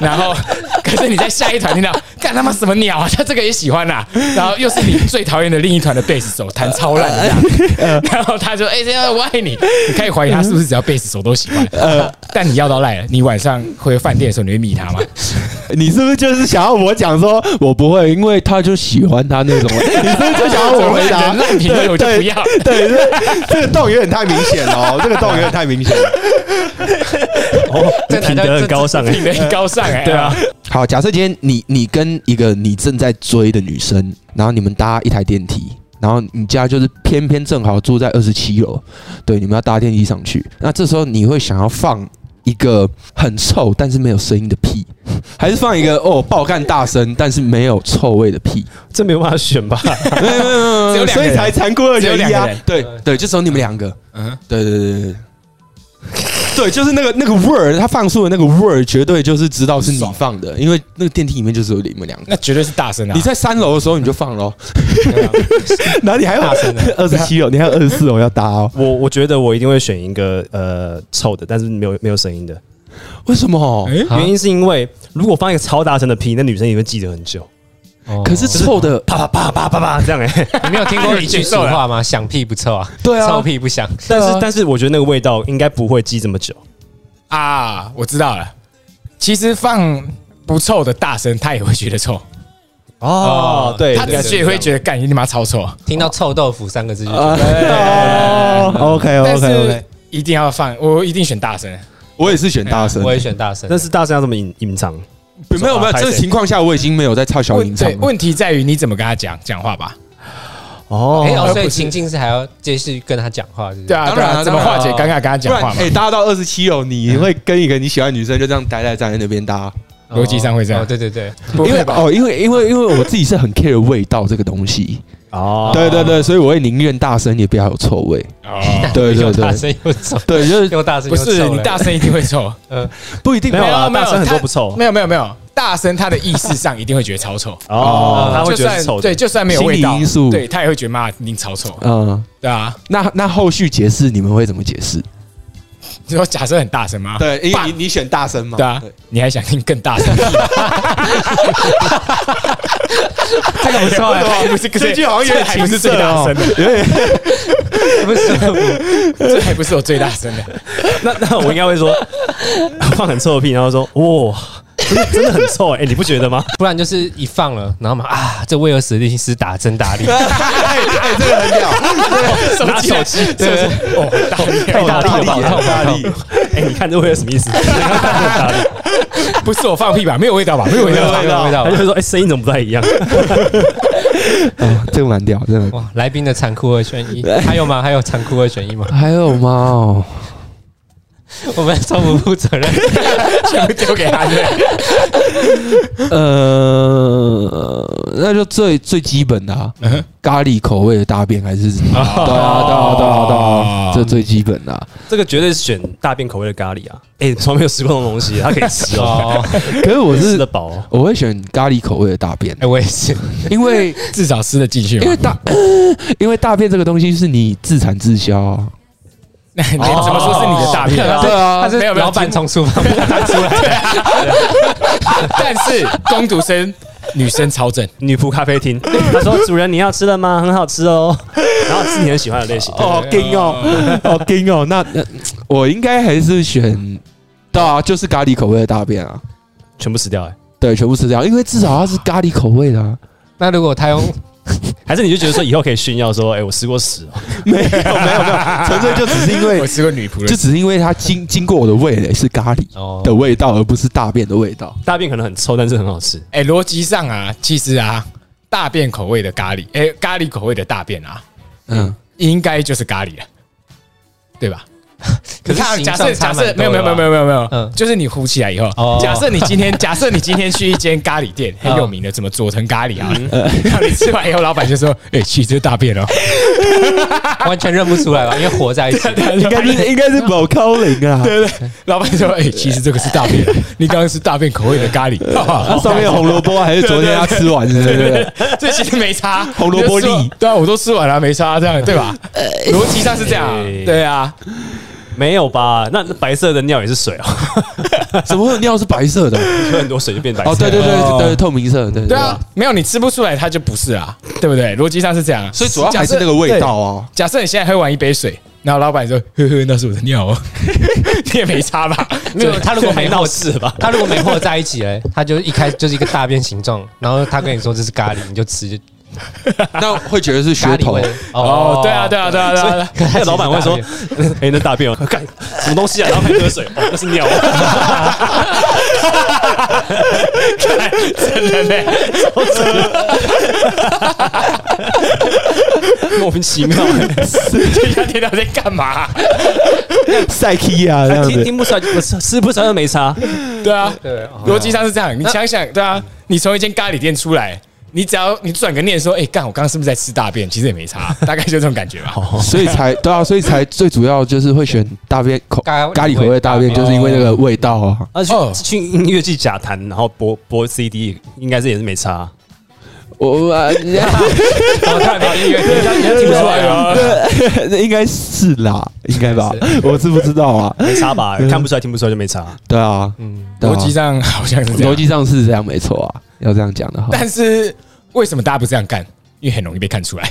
[SPEAKER 1] 然后，可是你在下一团听到，干他妈什么鸟啊，他这个也喜欢啊，然后又是你最讨厌的另一团的贝斯手，弹超烂的这
[SPEAKER 4] 嗯
[SPEAKER 1] 样，然后他就哎，这样我爱你，你开始怀疑他是不是只要贝斯手都喜欢，
[SPEAKER 4] 嗯
[SPEAKER 1] 但你要到赖了，你晚上回饭店的时候，你会密他吗？
[SPEAKER 4] 你是不是就是想要我讲说我不会，因为他就喜欢他 那种？你是不是就想要我回答
[SPEAKER 1] 烂？人烂评论我就不要，
[SPEAKER 4] 对， 这这个洞有点太明显了哦，这个洞有点太明显了。
[SPEAKER 2] 哦，
[SPEAKER 3] 这
[SPEAKER 2] 品德很高尚哎
[SPEAKER 1] 品。德很高尚哎，
[SPEAKER 2] 对啊，
[SPEAKER 4] 好，假设今天你你跟一个你正在追的女生，然后你们搭一台电梯，然后你家就是偏偏正好住在二十七楼，对，你们要搭电梯上去，那这时候你会想要放。一个很臭但是没有声音的屁，还是放一个哦爆干大声但是没有臭味的屁，
[SPEAKER 2] 这没有办法选吧？
[SPEAKER 4] 没有没有没有
[SPEAKER 1] 只
[SPEAKER 4] 没
[SPEAKER 1] 有
[SPEAKER 4] 有，
[SPEAKER 1] 两个
[SPEAKER 4] 所
[SPEAKER 1] 人
[SPEAKER 4] 以才残酷二
[SPEAKER 1] 只有
[SPEAKER 4] 选一
[SPEAKER 1] 两
[SPEAKER 4] 啊
[SPEAKER 1] 个人！
[SPEAKER 4] 对对，就只有你们两个。
[SPEAKER 1] 嗯，
[SPEAKER 4] 对对对对对，对，就是那个那个 word，他放出的那个 word，绝对就是知道是你放的，因为那个电梯里面就是有你们两个。
[SPEAKER 1] 那绝对是大声啊
[SPEAKER 4] 你！在三楼的时候你就放喽，
[SPEAKER 1] 对啊
[SPEAKER 4] 然后你还有二十七楼，你还有二十四楼要搭哦。
[SPEAKER 2] 我我觉得我一定会选一个呃臭的，但是没有没有声音的。
[SPEAKER 4] 为什么？
[SPEAKER 1] 哎
[SPEAKER 2] 原因是因为如果放一个超大声的屁，那女生也会记得很久。
[SPEAKER 4] 哦可是臭的，
[SPEAKER 2] 啪啪啪啪啪啪这样哎、
[SPEAKER 3] 你没有听过一句俗话吗？响屁不臭啊，
[SPEAKER 4] 对啊
[SPEAKER 3] 臭屁不响。
[SPEAKER 2] 但是但是我觉得那个味道应该不会记这么久。
[SPEAKER 1] 啊，我知道了。其实放不臭的大声，他也会觉得臭，
[SPEAKER 3] 哦
[SPEAKER 2] 啊对
[SPEAKER 1] 他只是也会觉得干你他妈超臭。
[SPEAKER 3] 听到臭豆腐三个字就
[SPEAKER 4] 啊
[SPEAKER 2] 哦，OK
[SPEAKER 1] 但是一定要放，我一定选大声。
[SPEAKER 4] 我也是选大声
[SPEAKER 3] 我。也选大声
[SPEAKER 2] 但。是大声要这么隐隐藏，
[SPEAKER 4] 没有没有，这个情况下我已经没有在唱小
[SPEAKER 1] 问
[SPEAKER 4] 吟唱
[SPEAKER 1] 对，
[SPEAKER 4] 了。
[SPEAKER 1] 问题在于你怎么跟他讲讲话吧。
[SPEAKER 2] 哦
[SPEAKER 3] 哎哦，所
[SPEAKER 1] 而
[SPEAKER 3] 以
[SPEAKER 1] 不是
[SPEAKER 3] 情境是还要继续跟他讲话，是不是
[SPEAKER 1] 对啊，
[SPEAKER 4] 当
[SPEAKER 1] 对
[SPEAKER 4] 然啊
[SPEAKER 1] 啊，怎么
[SPEAKER 4] 当
[SPEAKER 1] 化
[SPEAKER 4] 然
[SPEAKER 1] 解尴尬？跟他
[SPEAKER 4] 不
[SPEAKER 1] 讲
[SPEAKER 4] 然
[SPEAKER 1] 话嘛，
[SPEAKER 4] 哎，搭到二十七楼，你会跟一个你喜欢的女生就这样呆呆站在那边搭？
[SPEAKER 3] 哦
[SPEAKER 1] 逻辑上
[SPEAKER 4] 啊
[SPEAKER 1] 会这样
[SPEAKER 3] 哦对对对，
[SPEAKER 1] 不
[SPEAKER 4] 因为
[SPEAKER 1] 会吧？
[SPEAKER 4] 哦，因为因为因为我自己是很 care 味道这个东西。
[SPEAKER 2] 哦
[SPEAKER 4] 对对对，所以我会宁愿大声也不要有臭 味。
[SPEAKER 1] 哦，
[SPEAKER 4] 对对
[SPEAKER 3] 又
[SPEAKER 4] 对
[SPEAKER 3] 大，声又臭，
[SPEAKER 4] 对，就是
[SPEAKER 3] 又大声
[SPEAKER 1] 不
[SPEAKER 3] 又臭
[SPEAKER 1] 是，
[SPEAKER 3] 了
[SPEAKER 1] 你 大声一定会 臭。
[SPEAKER 2] 呃
[SPEAKER 4] 不一定
[SPEAKER 2] 没有啦，
[SPEAKER 1] 没有
[SPEAKER 2] 大声很
[SPEAKER 1] 他
[SPEAKER 2] 多不臭
[SPEAKER 1] 没有没有没有，大声他的意识上一定会觉得超臭。
[SPEAKER 2] 哦，他
[SPEAKER 1] 呃
[SPEAKER 2] 会
[SPEAKER 1] 就
[SPEAKER 2] 觉得
[SPEAKER 1] 算
[SPEAKER 2] 是臭的。
[SPEAKER 1] 对，就算没有味
[SPEAKER 4] 心理
[SPEAKER 1] 道
[SPEAKER 4] 因素，
[SPEAKER 1] 对他也会觉得妈一定超臭。
[SPEAKER 4] 嗯，
[SPEAKER 1] 对啊，
[SPEAKER 4] 那那后续解释你们会怎么解释？
[SPEAKER 1] 你说假设很大声吗？
[SPEAKER 4] 对，啊因
[SPEAKER 1] 棒
[SPEAKER 4] 为你你选大声嘛，
[SPEAKER 1] 对啊，你还想听更大声？
[SPEAKER 3] 这个不错哎，
[SPEAKER 2] 欸
[SPEAKER 1] 不是
[SPEAKER 4] 这句好像有点
[SPEAKER 1] 还不是
[SPEAKER 4] 情
[SPEAKER 1] 最
[SPEAKER 4] 色
[SPEAKER 1] 大
[SPEAKER 4] 哦
[SPEAKER 1] 声的，
[SPEAKER 3] 不是
[SPEAKER 1] 这还不是我最大声的。
[SPEAKER 2] 那那我应该会说 放很臭的屁，然后说哇，真的真的很臭哎、你不觉得吗？
[SPEAKER 3] 不然就是一放了，然后嘛啊，这威尔史密斯打真 大力，
[SPEAKER 4] 哎哎，这个很屌，
[SPEAKER 1] 啊
[SPEAKER 2] 拿手机，
[SPEAKER 3] 对对
[SPEAKER 1] 哦，大
[SPEAKER 2] 太大力了吧，
[SPEAKER 4] 太大力
[SPEAKER 2] 太大哎、你看这会有什么意思？
[SPEAKER 1] 不是我放屁吧？没有味道吧？没有味道吧
[SPEAKER 3] 没？有味道
[SPEAKER 2] 他就会说哎，声、音怎么不太一样？
[SPEAKER 4] 啊这个蛮屌，真的。
[SPEAKER 3] 哇，来宾的残酷二选一，还有吗？还有残酷二选一吗？
[SPEAKER 4] 还有吗？哦，
[SPEAKER 3] 我们超不负责 任，
[SPEAKER 1] 全部丢给他对不对。
[SPEAKER 4] 呃， 那就最最基本的啊，咖喱口味的大便还是对啊对啊对啊对啊，这最基本的啊。
[SPEAKER 2] 这个绝对是选大便口味的咖喱啊！哎，从来没有吃过那种东西，它可以吃哦，
[SPEAKER 4] 可是我
[SPEAKER 2] 吃
[SPEAKER 4] 是
[SPEAKER 2] 得饱哦。
[SPEAKER 4] 我会选咖喱口味的大便啊
[SPEAKER 3] 哎、，我也是，
[SPEAKER 4] 因为
[SPEAKER 1] 至少吃得进去
[SPEAKER 4] 因为
[SPEAKER 1] 嘛。
[SPEAKER 4] 大因为大便这个东西是你自产自销啊，
[SPEAKER 1] 那
[SPEAKER 2] 哎
[SPEAKER 1] 你怎么说是你的大便？
[SPEAKER 3] 哦
[SPEAKER 4] 对啊
[SPEAKER 3] 他，是
[SPEAKER 1] 没有没有
[SPEAKER 3] 老板从厨房把他出来，
[SPEAKER 1] 但是工读生女生超正，
[SPEAKER 2] 女仆咖啡厅，他说：“主人，你要吃了吗？很好吃哦。”然后是你很喜欢的类型，
[SPEAKER 4] 哦，劲哦，哦，劲哦，那那 我应该还是选，对啊，就是咖喱口味的大便啊，
[SPEAKER 2] 全部吃掉哎。
[SPEAKER 4] 对，全部吃掉，因为至少它是咖喱口味的啊，
[SPEAKER 3] 那如果他用
[SPEAKER 2] 还是你就觉得说以后可以炫耀说：“哎，我吃过屎哦。
[SPEAKER 4] 没有没有没有，纯粹就只是因为
[SPEAKER 1] 我吃过女仆
[SPEAKER 4] 就
[SPEAKER 1] 的，
[SPEAKER 4] 只是因为它 经经过我的味蕾是咖喱
[SPEAKER 3] 哦
[SPEAKER 4] 的味道，而不是大便的味道。
[SPEAKER 2] 大便可能很臭，但是很好吃。
[SPEAKER 1] 哎，逻辑上啊，其实啊，大便口味的咖喱，哎，咖喱口味的大便啊，
[SPEAKER 4] 嗯，
[SPEAKER 1] 应该就是咖喱了，对吧？
[SPEAKER 3] 可
[SPEAKER 1] 你
[SPEAKER 3] 是
[SPEAKER 1] 看啊
[SPEAKER 3] 形
[SPEAKER 1] 假
[SPEAKER 3] 状
[SPEAKER 1] 设
[SPEAKER 3] 差
[SPEAKER 1] 假
[SPEAKER 3] 蛮多
[SPEAKER 1] 设
[SPEAKER 3] 的
[SPEAKER 1] 没有没有没有
[SPEAKER 3] 吧
[SPEAKER 1] 没有没有没有，
[SPEAKER 3] 嗯
[SPEAKER 1] 就是你糊起来以后，
[SPEAKER 3] 哦
[SPEAKER 1] 假设你今天 假设你今天去一间咖喱店很有名的，什么佐藤咖喱啊，
[SPEAKER 4] 嗯
[SPEAKER 1] 然后你吃完以后，老板就说：“ 哎，去这大 便哦。
[SPEAKER 3] 完全认不出来吧？因为和在一 起，
[SPEAKER 4] 应该是应该是某高龄 啊，”
[SPEAKER 1] 老板说：“哎，其实这个是大便啊，你刚刚是大便口味的咖喱，哈
[SPEAKER 4] 它
[SPEAKER 1] 哈
[SPEAKER 4] 上面有红萝卜啊还是昨天他吃完的， 对不对？
[SPEAKER 1] 这其实没差，
[SPEAKER 4] 红萝卜
[SPEAKER 1] 你就说
[SPEAKER 4] 粒哎
[SPEAKER 1] 对啊，我都吃完了，没差，这样对吧？逻辑上是这样啊，
[SPEAKER 2] 哎
[SPEAKER 1] 对啊，
[SPEAKER 2] 没有吧？那白色的尿也是水哦，
[SPEAKER 4] 怎么会有尿是白色的？
[SPEAKER 2] 喝很多水就变白色。
[SPEAKER 4] 哦，对对
[SPEAKER 1] 哦
[SPEAKER 4] 对对，透明色，对
[SPEAKER 1] 对啊，，没有你吃不出来，它就不是啊，对不对？逻辑上是这样啊，
[SPEAKER 4] 所以主要还是那个
[SPEAKER 1] 假
[SPEAKER 4] 味
[SPEAKER 1] 设
[SPEAKER 4] 道啊。
[SPEAKER 1] 假设你现在喝完一杯水，然后老板说：“呵呵，那是我的尿哦。” 你也没差吧？
[SPEAKER 3] 没有
[SPEAKER 1] 对
[SPEAKER 3] 他如果
[SPEAKER 2] 没
[SPEAKER 3] 没
[SPEAKER 2] 闹
[SPEAKER 3] 和
[SPEAKER 2] 事吧？
[SPEAKER 3] 他如果没和在一起嘞，他就一开始就是一个大便形状，然后他跟你说这是咖喱，你就吃就
[SPEAKER 4] 那会觉得是
[SPEAKER 3] 咖
[SPEAKER 4] 噱
[SPEAKER 3] 喱
[SPEAKER 4] 头
[SPEAKER 3] 味，。
[SPEAKER 1] 哦，对啊，对啊，对啊，对啊对啊。
[SPEAKER 2] 那个老板会说：“哎，那大便哦，干什么东西啊？”然后还喝水，哦那是尿哦。
[SPEAKER 1] 真的嘞，
[SPEAKER 2] 莫名其妙、
[SPEAKER 1] 人 家听到啊在干嘛？
[SPEAKER 4] 赛 K 啊 这样
[SPEAKER 2] 听
[SPEAKER 4] 子。
[SPEAKER 2] 听不出来，我吃吃不出来就没差。
[SPEAKER 1] 对啊，
[SPEAKER 3] 对哦
[SPEAKER 1] 逻辑上是这样。你想想，对啊，你从一间咖喱店出来，你只要你转个念说：“哎，干，我刚刚是不是在吃大便？”其实也没差，大概就这种感觉吧。
[SPEAKER 4] 所以才对啊，所以才最主要就是会选大便口
[SPEAKER 3] 咖喱
[SPEAKER 4] 咖喱口味哦的大便，
[SPEAKER 3] 味
[SPEAKER 4] 就是因为那个味道啊。
[SPEAKER 2] 啊，去、
[SPEAKER 1] 哦
[SPEAKER 2] 去音乐剧假弹，然后播播 CD，应该是也是没差。
[SPEAKER 4] 我我啊
[SPEAKER 3] 我突然没音乐，人家人家听
[SPEAKER 1] 听不
[SPEAKER 3] 不出
[SPEAKER 1] 出
[SPEAKER 3] 来
[SPEAKER 1] 来
[SPEAKER 3] 啊。
[SPEAKER 1] 啊，
[SPEAKER 4] 那应该是啦，应该吧？我是不知道啊。
[SPEAKER 2] 没差吧？看不出来，听不出来就没差。
[SPEAKER 4] 对啊，
[SPEAKER 3] 嗯，
[SPEAKER 4] 对啊
[SPEAKER 1] 逻辑上好像是这
[SPEAKER 4] 逻
[SPEAKER 1] 样，
[SPEAKER 4] 辑上是这样，没错啊。要这样讲的话，
[SPEAKER 1] 但是为什么大家不这样干？因为很容易被看出来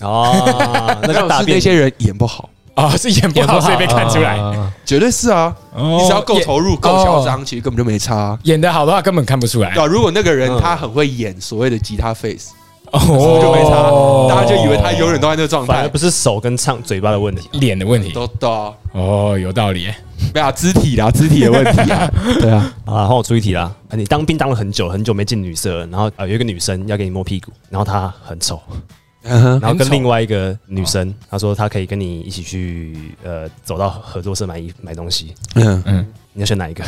[SPEAKER 2] 哦，那
[SPEAKER 4] 没有
[SPEAKER 2] 就大
[SPEAKER 4] 是那
[SPEAKER 2] 便
[SPEAKER 4] 些人演不好，
[SPEAKER 1] 哦，是演不好所以被看出来。
[SPEAKER 3] 啊
[SPEAKER 4] 绝对是啊。
[SPEAKER 1] 哦
[SPEAKER 4] 你只要够投入、够嚣，
[SPEAKER 1] 演哦
[SPEAKER 4] 张，其实根本就没差啊。
[SPEAKER 1] 演的好的话根本看不出来
[SPEAKER 4] 对。啊，如果那个人
[SPEAKER 2] 嗯
[SPEAKER 4] 他很会演所谓的吉他 face，
[SPEAKER 1] 哦
[SPEAKER 4] 就没差，大家就以为他永远都在那个状
[SPEAKER 2] 反而
[SPEAKER 4] 态
[SPEAKER 2] 不。是手跟唱嘴巴的问题。
[SPEAKER 1] 脸的问题
[SPEAKER 4] 都都啊
[SPEAKER 1] 哦，有道理耶。
[SPEAKER 4] 没有啊肢体啦，肢体的问题啊。 对啊，
[SPEAKER 2] 好啦然后我出一题啦。啊你当兵当了很久，很久没进女色了，然后呃有一个女生要给你摸屁股，然后她很丑，
[SPEAKER 4] 嗯哼
[SPEAKER 2] 然后
[SPEAKER 1] 很
[SPEAKER 2] 跟
[SPEAKER 1] 丑
[SPEAKER 2] 另外一个女生，她说她可以跟你一起去呃走到合作社买衣买东西，
[SPEAKER 4] 嗯，
[SPEAKER 2] 你要选哪一个？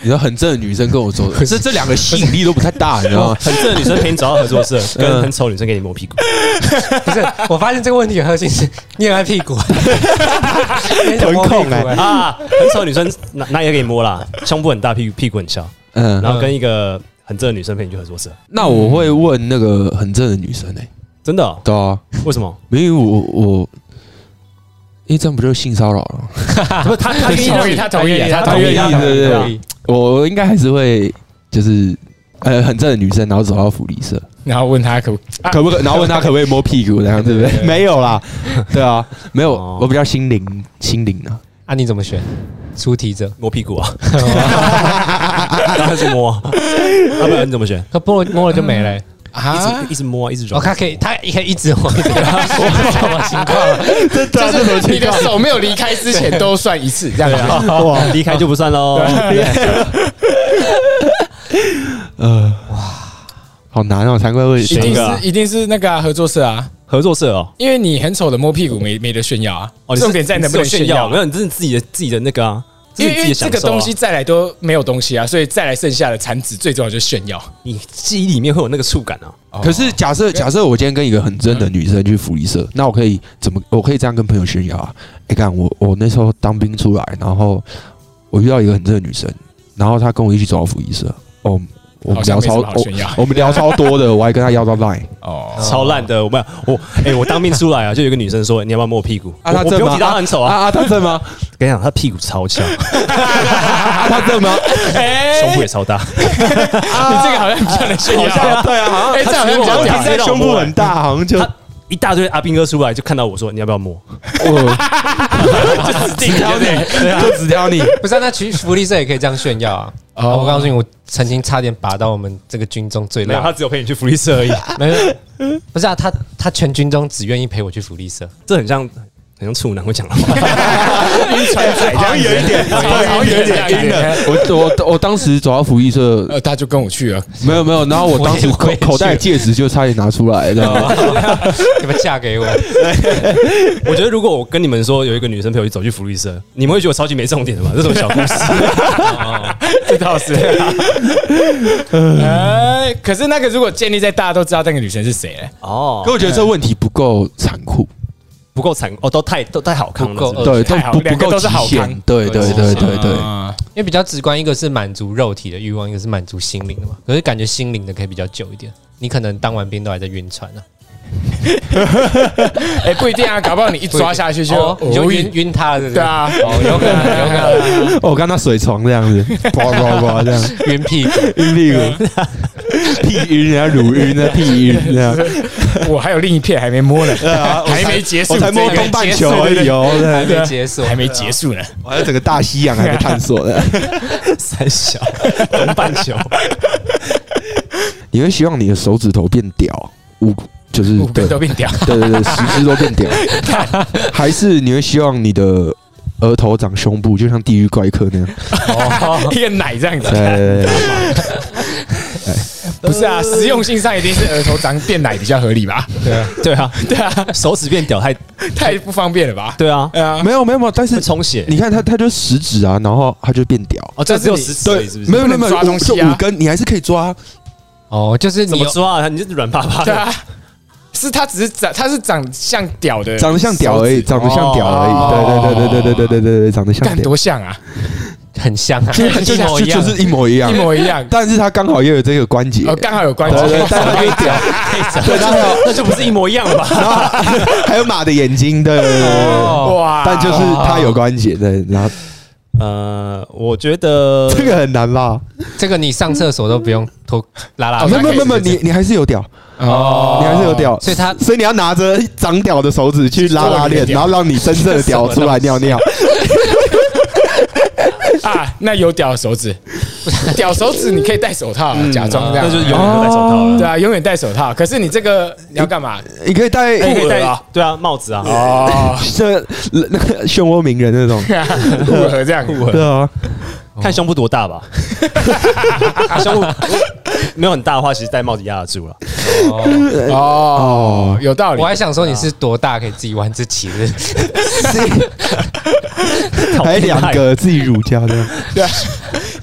[SPEAKER 4] 你说很正的女生跟我说， 可是这两个吸引力都不太大，你知道吗？
[SPEAKER 2] 很正的女生陪你走到合作社，跟
[SPEAKER 4] 哦嗯
[SPEAKER 2] 很丑的女生给你摸屁股，
[SPEAKER 3] 不是，我发现这个问题很核心是， 你很爱屁股，
[SPEAKER 4] 臀控哎
[SPEAKER 3] 哎，
[SPEAKER 2] 啊，很丑的女生哪哪也可以摸啦，胸部很大，屁股屁股很小，
[SPEAKER 4] 嗯，
[SPEAKER 2] 然后跟一个很正的女生陪你去合作社，
[SPEAKER 4] 那我会问那个很正的女生诶，
[SPEAKER 2] 真的、哦？
[SPEAKER 4] 对啊，
[SPEAKER 2] 为什么？
[SPEAKER 4] 因为我我，因为这样不就是性骚扰了吗？
[SPEAKER 2] 不是他他
[SPEAKER 1] 他 同意，他同
[SPEAKER 3] 啊
[SPEAKER 1] 意，他同
[SPEAKER 4] 同
[SPEAKER 1] 意
[SPEAKER 4] 意，
[SPEAKER 1] 他
[SPEAKER 4] 他
[SPEAKER 1] 同
[SPEAKER 4] 同
[SPEAKER 1] 意。
[SPEAKER 4] 意对对对我应该还是会就是呃很正的女生，然后走到福利社，
[SPEAKER 1] 然后问他可不啊
[SPEAKER 4] 可不可？然后问她可不可以摸屁股，这样对不对？ 没有啦，对啊，没有，
[SPEAKER 2] 哦
[SPEAKER 4] 我比较心灵心灵啊。
[SPEAKER 3] 啊，你怎么选？出题者，
[SPEAKER 2] 摸屁股啊， 然后去摸，要不然你怎么选？
[SPEAKER 3] 他摸了摸了就没了
[SPEAKER 1] 嗯
[SPEAKER 3] 欸。
[SPEAKER 2] 一直一直摸，一直揉啊
[SPEAKER 3] 哦，，他可以，他也可以一直晃，这是什么情况？
[SPEAKER 1] 就是你的手没有离开之前都算一次，这样啊
[SPEAKER 2] 啊
[SPEAKER 1] 子。
[SPEAKER 2] 哇，离开就不算喽。
[SPEAKER 4] 呃，哇，好难哦，难怪会
[SPEAKER 1] 一定
[SPEAKER 2] 选一个啊
[SPEAKER 1] 是一定是那个啊合作社啊，
[SPEAKER 2] 合作社哦，
[SPEAKER 1] 因为你很丑的摸屁股没没得炫耀啊
[SPEAKER 2] 哦，。你是
[SPEAKER 1] 重点在能不能
[SPEAKER 2] 你是有
[SPEAKER 1] 炫
[SPEAKER 2] 耀？
[SPEAKER 1] 耀
[SPEAKER 2] 没？有，你这是自己的自己的那个啊，这
[SPEAKER 1] 因
[SPEAKER 2] 是
[SPEAKER 1] 为
[SPEAKER 2] 你
[SPEAKER 1] 因
[SPEAKER 2] 自
[SPEAKER 1] 为这
[SPEAKER 2] 己的享
[SPEAKER 1] 个
[SPEAKER 2] 受
[SPEAKER 1] 东
[SPEAKER 2] 啊。
[SPEAKER 1] 西再来都没有东西啊，所以再来剩下的产值最重要就是炫耀。
[SPEAKER 2] 你记忆里面会有那个触感啊。
[SPEAKER 4] 可是假设假设我今天跟一个很真的女生去福利社，那我可以怎么？我可以这样跟朋友炫耀啊！哎、看我我那时候当兵出来，然后我遇到一个很真的女生，然后她跟我一起走到福利社，哦，我
[SPEAKER 1] 好
[SPEAKER 4] 们
[SPEAKER 1] 像
[SPEAKER 4] 聊
[SPEAKER 1] 没什
[SPEAKER 4] 超
[SPEAKER 1] 么好
[SPEAKER 4] 我
[SPEAKER 1] 炫耀
[SPEAKER 4] 我们聊超多的，我还跟她要到 line，
[SPEAKER 1] 哦，
[SPEAKER 2] 超烂的，我没有我哎、我当兵出来啊，就有一个女生说你要不要摸我屁股？
[SPEAKER 4] 啊
[SPEAKER 2] 我
[SPEAKER 4] 她
[SPEAKER 2] 我不
[SPEAKER 4] 正
[SPEAKER 2] 用
[SPEAKER 4] 吗
[SPEAKER 2] 提她她很丑
[SPEAKER 4] 啊
[SPEAKER 2] 啊，
[SPEAKER 4] 啊，她正吗？
[SPEAKER 2] 跟你讲她屁股 超翘，
[SPEAKER 4] 啊，她正吗？
[SPEAKER 2] 胸部也超大，
[SPEAKER 1] 你这个好像比较能炫
[SPEAKER 4] 好
[SPEAKER 1] 耀
[SPEAKER 4] 像。对啊，好
[SPEAKER 1] 哎，这
[SPEAKER 4] 像
[SPEAKER 1] 样好像比
[SPEAKER 4] 好
[SPEAKER 1] 较屌
[SPEAKER 4] 像停。在胸部很大，好像就
[SPEAKER 2] 她一大堆阿兵哥出来就看到我说你要不要摸？
[SPEAKER 4] 我
[SPEAKER 1] 指
[SPEAKER 4] 挑你，就只挑 你。
[SPEAKER 3] 不是、啊，那其实福利社也可以这样炫耀啊！
[SPEAKER 1] 哦
[SPEAKER 3] 我告诉你，我曾经差点把到我们这个军中最
[SPEAKER 2] 没有，她，
[SPEAKER 3] 烂
[SPEAKER 2] 只有陪你去福利社而已，
[SPEAKER 3] 没有，不是啊，他他全军中只愿意陪我去福利 社，
[SPEAKER 2] 这很像很像处男会讲的话，
[SPEAKER 4] 好像有一点，
[SPEAKER 1] 好 像哦有一点阴了。
[SPEAKER 4] 我我我当时走到福利 社，
[SPEAKER 1] 呃，他就跟我去了，
[SPEAKER 4] 没有没有，然后我当时口口袋戒指就差点拿出来，知 道吗？
[SPEAKER 3] 你们嫁给我，
[SPEAKER 2] 我觉得如果我跟你们说有一个女生陪我去走去福利社，你们会觉得我超级没重点的吧？这种小故事，
[SPEAKER 1] 这倒是。哎，可是那个如果建立在大家都知道那个女生是谁嘞，
[SPEAKER 2] 哦
[SPEAKER 4] 可，我觉得这问题不够残酷，
[SPEAKER 2] 不够惨哦，都太都太好看了，
[SPEAKER 3] 不够
[SPEAKER 2] 是不是
[SPEAKER 4] 对，
[SPEAKER 1] 太
[SPEAKER 4] 都
[SPEAKER 1] 好
[SPEAKER 4] 不
[SPEAKER 1] 两
[SPEAKER 4] 不
[SPEAKER 1] 个
[SPEAKER 4] 够
[SPEAKER 1] 都是
[SPEAKER 4] 极
[SPEAKER 1] 好
[SPEAKER 4] 限
[SPEAKER 1] 看，
[SPEAKER 4] 对对对对对。
[SPEAKER 1] 嗯
[SPEAKER 3] 因为比较直观，一个是满足肉体的欲望，一个是满足心灵的嘛。可是感觉心灵的可以比较久一点，你可能当完兵都还在晕船啊，
[SPEAKER 1] 哎，不一定啊，搞不好你一抓下去就
[SPEAKER 3] 哦你就
[SPEAKER 1] 哦
[SPEAKER 3] 晕晕他了，
[SPEAKER 1] 对，啊，
[SPEAKER 3] 哦，有可能，有可能。
[SPEAKER 4] 哦我刚刚水床这样子，呱呱呱这样
[SPEAKER 3] 晕屁股，
[SPEAKER 4] 晕屁股，屁晕人家乳晕啊，屁晕这样。
[SPEAKER 1] 我还有另一片还没摸呢，还没结束，
[SPEAKER 4] 我才摸
[SPEAKER 1] 这个
[SPEAKER 4] 东半球而已哦，
[SPEAKER 3] 还
[SPEAKER 4] 对
[SPEAKER 3] 没结束，
[SPEAKER 1] 还没结束呢。
[SPEAKER 4] 我还有整个大西洋还没探 索呢。
[SPEAKER 2] 三小东半球，
[SPEAKER 4] 你会希望你的手指头变屌，五就是
[SPEAKER 1] 五
[SPEAKER 4] 对
[SPEAKER 1] 根都变掉，
[SPEAKER 4] 对对对，十只都变 屌，还是你会希望你的额头长胸部，就像地狱怪客 那样？
[SPEAKER 1] 一个奶这样子
[SPEAKER 4] 对，对对对，
[SPEAKER 1] 不是啊，实用性上一定是额头长变奶比较合理吧？
[SPEAKER 3] 对啊，
[SPEAKER 2] 对啊，
[SPEAKER 1] 对啊，
[SPEAKER 2] 手指变屌太
[SPEAKER 1] 太不方便了吧？
[SPEAKER 2] 对啊，
[SPEAKER 1] 对啊，
[SPEAKER 4] 没有没有没有，但
[SPEAKER 2] 会
[SPEAKER 4] 是
[SPEAKER 2] 充血
[SPEAKER 4] 你看他他就食指啊，然后他就变屌。
[SPEAKER 2] 哦，这
[SPEAKER 1] 但是
[SPEAKER 2] 只有
[SPEAKER 1] 你
[SPEAKER 2] 十指而已是不是？
[SPEAKER 4] 没有没有没
[SPEAKER 1] 不能抓
[SPEAKER 4] 有，
[SPEAKER 1] 东
[SPEAKER 4] 五
[SPEAKER 1] 西
[SPEAKER 4] 就
[SPEAKER 1] 啊
[SPEAKER 4] 五根，你还是可以抓。
[SPEAKER 3] 哦，就是
[SPEAKER 2] 怎
[SPEAKER 3] 你
[SPEAKER 2] 么
[SPEAKER 3] 有
[SPEAKER 2] 抓啊？你就是软趴趴
[SPEAKER 1] 对
[SPEAKER 2] 的，
[SPEAKER 1] 啊，是他只是长，他是长像屌的，哦
[SPEAKER 4] 长得像屌而已，长得像屌而已。对对对对对对对对对，长得像
[SPEAKER 1] 干
[SPEAKER 4] 屌，
[SPEAKER 1] 多像啊，
[SPEAKER 3] 很像啊，
[SPEAKER 4] 就是就
[SPEAKER 3] 一模
[SPEAKER 4] 就
[SPEAKER 3] 一样
[SPEAKER 4] 就，是一模一样
[SPEAKER 1] 一。模一样，
[SPEAKER 4] 但是他刚好又有这个关节，
[SPEAKER 1] 哦，刚好有关
[SPEAKER 4] 对
[SPEAKER 1] 系
[SPEAKER 4] 对对，，但他可以屌， 对，然后
[SPEAKER 2] 那就不是一模一样了吧？
[SPEAKER 4] 然后还有马的眼睛，对对对对对。
[SPEAKER 1] 哇
[SPEAKER 4] 但就是他有关节，对，然后
[SPEAKER 2] 呃，我觉
[SPEAKER 1] 呃
[SPEAKER 2] 得
[SPEAKER 4] 这个很难吧？
[SPEAKER 3] 这个你上厕所都不用拖 拉拉
[SPEAKER 1] 哦
[SPEAKER 4] 没有
[SPEAKER 1] 那
[SPEAKER 4] 没有没有没有，
[SPEAKER 1] 可以
[SPEAKER 4] 你你还是有屌，
[SPEAKER 1] 哦
[SPEAKER 4] 你还是有屌，
[SPEAKER 3] 所以他
[SPEAKER 4] 所以你要拿着长屌的手指去拉拉链，然后让你真正的屌出来尿尿。
[SPEAKER 1] 啊，那有屌的手指，屌手指你可以戴手套
[SPEAKER 4] 嗯
[SPEAKER 1] 啊，假装这样，
[SPEAKER 2] 那就是永远都戴手套
[SPEAKER 1] 对
[SPEAKER 2] 了。
[SPEAKER 1] 啊，永远戴手套。可是你这个你要干嘛？
[SPEAKER 4] 你可以戴
[SPEAKER 1] 可以戴
[SPEAKER 2] 啊，对啊，帽子啊，
[SPEAKER 1] 哦，
[SPEAKER 4] 这那个 漩涡鸣人 那种，
[SPEAKER 1] 互合这样，互合
[SPEAKER 4] 对啊，
[SPEAKER 2] 看胸部多大吧。胸部没有很大的话，其实戴帽子压得住了。
[SPEAKER 3] 哦
[SPEAKER 1] 哦，有道理
[SPEAKER 3] 我。还想说你是多大可以自己玩自己的，
[SPEAKER 4] 还两个自己乳胶的，
[SPEAKER 1] 对啊，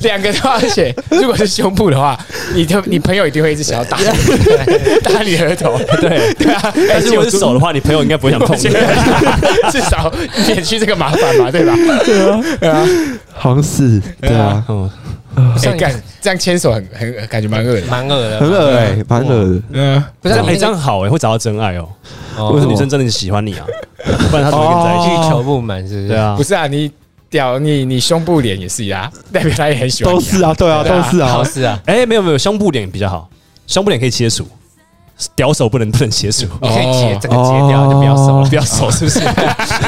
[SPEAKER 1] 两个的话，而且如果是胸部的话，你的你朋友一定会一直想要打你打你额头。对对啊，
[SPEAKER 2] 但是如果是手的话，你朋友应该不会想碰
[SPEAKER 1] 我觉
[SPEAKER 2] 你。
[SPEAKER 1] 得 至少免去这个麻烦嘛，对吧？
[SPEAKER 4] 好像是，对啊，
[SPEAKER 2] 嗯，
[SPEAKER 1] 哎，干这样牵手很很感觉蛮恶的。
[SPEAKER 3] 蛮 恶的，
[SPEAKER 4] 很
[SPEAKER 2] 哦
[SPEAKER 4] 恶哎，蛮恶的。
[SPEAKER 1] 嗯，
[SPEAKER 3] 不是
[SPEAKER 2] 这样
[SPEAKER 3] 你
[SPEAKER 2] 哎，这样好哎，会找到真爱哦。
[SPEAKER 3] 哦
[SPEAKER 2] 或者女生真的喜欢你啊，不然她怎么跟你在一起？
[SPEAKER 3] 欲求不满哦是不是？
[SPEAKER 2] 对，啊
[SPEAKER 1] 不，是啊，你屌你你胸部脸也是啊，代表他也很喜欢
[SPEAKER 4] 都
[SPEAKER 1] 你啊。
[SPEAKER 4] 是啊，对啊，
[SPEAKER 1] 对
[SPEAKER 4] 都
[SPEAKER 1] 啊
[SPEAKER 4] 是啊
[SPEAKER 3] 好，事啊，
[SPEAKER 2] 哎，没有没有，胸部脸比较好，胸部脸可以切除，屌手不能不能切除。
[SPEAKER 3] 你可以截整个
[SPEAKER 4] 哦
[SPEAKER 3] 截掉就不要收了
[SPEAKER 2] 不。要手是不是？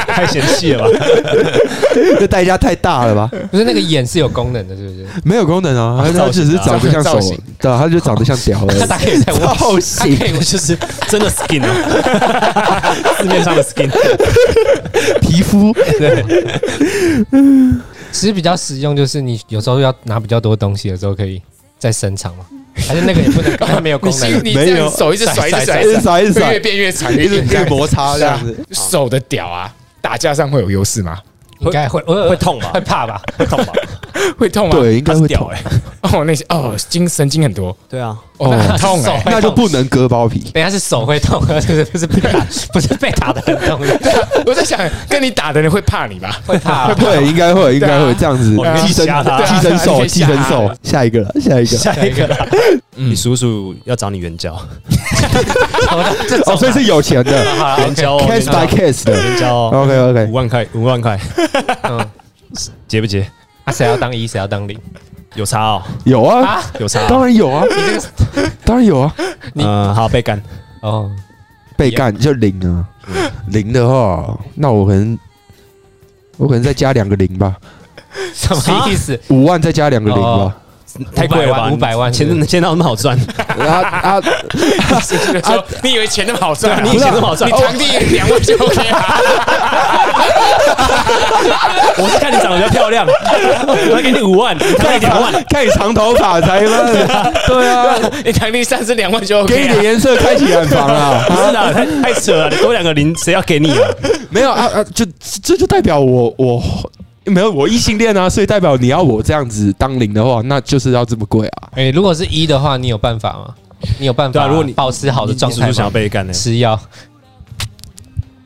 [SPEAKER 2] 太嫌弃了吧？
[SPEAKER 4] 这代价太大了吧？
[SPEAKER 3] 不是那个眼是有功能的，是不是？
[SPEAKER 4] 没有功能啊，
[SPEAKER 2] 啊
[SPEAKER 4] 它只是长得像
[SPEAKER 1] 造
[SPEAKER 4] 手
[SPEAKER 1] 型，
[SPEAKER 4] 对啊，它就长得像屌而
[SPEAKER 3] 他
[SPEAKER 4] 已。
[SPEAKER 3] 大可以在玩，
[SPEAKER 4] 造
[SPEAKER 3] 他可
[SPEAKER 4] 型，
[SPEAKER 3] 以
[SPEAKER 2] 就是真的 skin 啊， 市面上的 skin。
[SPEAKER 4] 皮肤，
[SPEAKER 3] 其实比较实用，就是你有时候要拿比较多东西的时候，可以再伸长嘛。还是那个也不能，它没 有功
[SPEAKER 1] 你是
[SPEAKER 3] 能。
[SPEAKER 1] 你这
[SPEAKER 4] 没有
[SPEAKER 1] 样手一直甩一直甩
[SPEAKER 4] 一直甩一
[SPEAKER 1] 会
[SPEAKER 4] 直甩
[SPEAKER 1] 越变越长，
[SPEAKER 4] 一直啊
[SPEAKER 1] 变
[SPEAKER 4] 摩擦这样子。
[SPEAKER 1] 手的屌啊，打架上会有优势吗？
[SPEAKER 3] 应该会呃
[SPEAKER 2] 会痛 吧
[SPEAKER 3] 会怕吧？
[SPEAKER 2] 会痛吧？
[SPEAKER 1] 会痛吗？
[SPEAKER 4] 对，应该
[SPEAKER 2] 它是
[SPEAKER 4] 会
[SPEAKER 2] 屌
[SPEAKER 4] 痛，
[SPEAKER 2] 哎，
[SPEAKER 1] 哦，那些哦，筋神经很多，
[SPEAKER 2] 对啊，
[SPEAKER 1] 哦，
[SPEAKER 3] 那
[SPEAKER 1] 很痛
[SPEAKER 3] 手
[SPEAKER 1] 哎、
[SPEAKER 3] 会
[SPEAKER 4] 那就不能割包皮。
[SPEAKER 3] 等一下是手会痛， 而是不是被打，不是被打的很 痛的，
[SPEAKER 1] 我在想，跟你打的人会怕你吧？
[SPEAKER 3] 会怕。
[SPEAKER 4] 对，应该会，应该
[SPEAKER 1] 对
[SPEAKER 4] 会
[SPEAKER 1] 啊
[SPEAKER 4] 这样子
[SPEAKER 2] 哦，
[SPEAKER 4] 寄
[SPEAKER 2] 你可
[SPEAKER 4] 生
[SPEAKER 2] 以吓他
[SPEAKER 4] 寄生
[SPEAKER 1] 对啊
[SPEAKER 4] 兽，
[SPEAKER 1] 你可以
[SPEAKER 4] 寄
[SPEAKER 1] 吓他
[SPEAKER 4] 生兽，下一个了， 下一个。
[SPEAKER 2] 下一个啦，
[SPEAKER 1] 嗯
[SPEAKER 2] 你叔叔要找你援交，
[SPEAKER 3] 这
[SPEAKER 4] 哦，所以是有钱的
[SPEAKER 2] 援交哦，援
[SPEAKER 4] ，case
[SPEAKER 2] 交
[SPEAKER 4] by case 的。
[SPEAKER 2] 援交哦，
[SPEAKER 4] OK
[SPEAKER 2] 五
[SPEAKER 4] OK，
[SPEAKER 2] 万块，五万块，
[SPEAKER 3] 嗯，
[SPEAKER 2] 结不结？
[SPEAKER 3] 啊，谁要当一，谁要当零？
[SPEAKER 2] 有差哦，
[SPEAKER 4] 有啊，
[SPEAKER 2] 有差哦。
[SPEAKER 4] 当然 有啊，当然有啊，
[SPEAKER 3] 你
[SPEAKER 2] 嗯，好，被干，
[SPEAKER 3] 哦，
[SPEAKER 4] 被干就零啊，零的话，那我可能我可能再加两个零吧，
[SPEAKER 3] 什么意思？
[SPEAKER 4] 五万再加两个零吧。
[SPEAKER 2] 太贵了吧？
[SPEAKER 3] 五百万
[SPEAKER 2] 钱
[SPEAKER 3] 是不是
[SPEAKER 2] 钱哪有那么好赚？
[SPEAKER 4] 啊啊，
[SPEAKER 1] 就是说，啊 你以为钱那么好赚、啊？
[SPEAKER 2] 你以前那么好赚哦
[SPEAKER 1] 你，堂弟两万就 OK 啊？
[SPEAKER 2] 我是看你长得比较漂亮，我要给你五万，你给你两万，
[SPEAKER 4] 看你长头发才嘛， 对啊，
[SPEAKER 1] 你堂弟三十两万就
[SPEAKER 4] 给
[SPEAKER 1] OK
[SPEAKER 4] 你
[SPEAKER 1] 啊、
[SPEAKER 4] 点颜色开启染房啊
[SPEAKER 2] 不。是的，太太扯了，你多两个零，谁要给你啊？
[SPEAKER 4] 没有啊啊，就这就代表我我没有我异性恋啊，所以代表你要我这样子当零的话，那就是要这么贵啊。
[SPEAKER 3] 哎，如果是一的话，你有办法吗？你有办
[SPEAKER 2] 对
[SPEAKER 3] 法？
[SPEAKER 2] 啊如果你
[SPEAKER 3] 保持好的状
[SPEAKER 2] 你
[SPEAKER 3] 态
[SPEAKER 2] 叔叔想要
[SPEAKER 3] 吗，
[SPEAKER 2] 被干呢？
[SPEAKER 3] 吃药，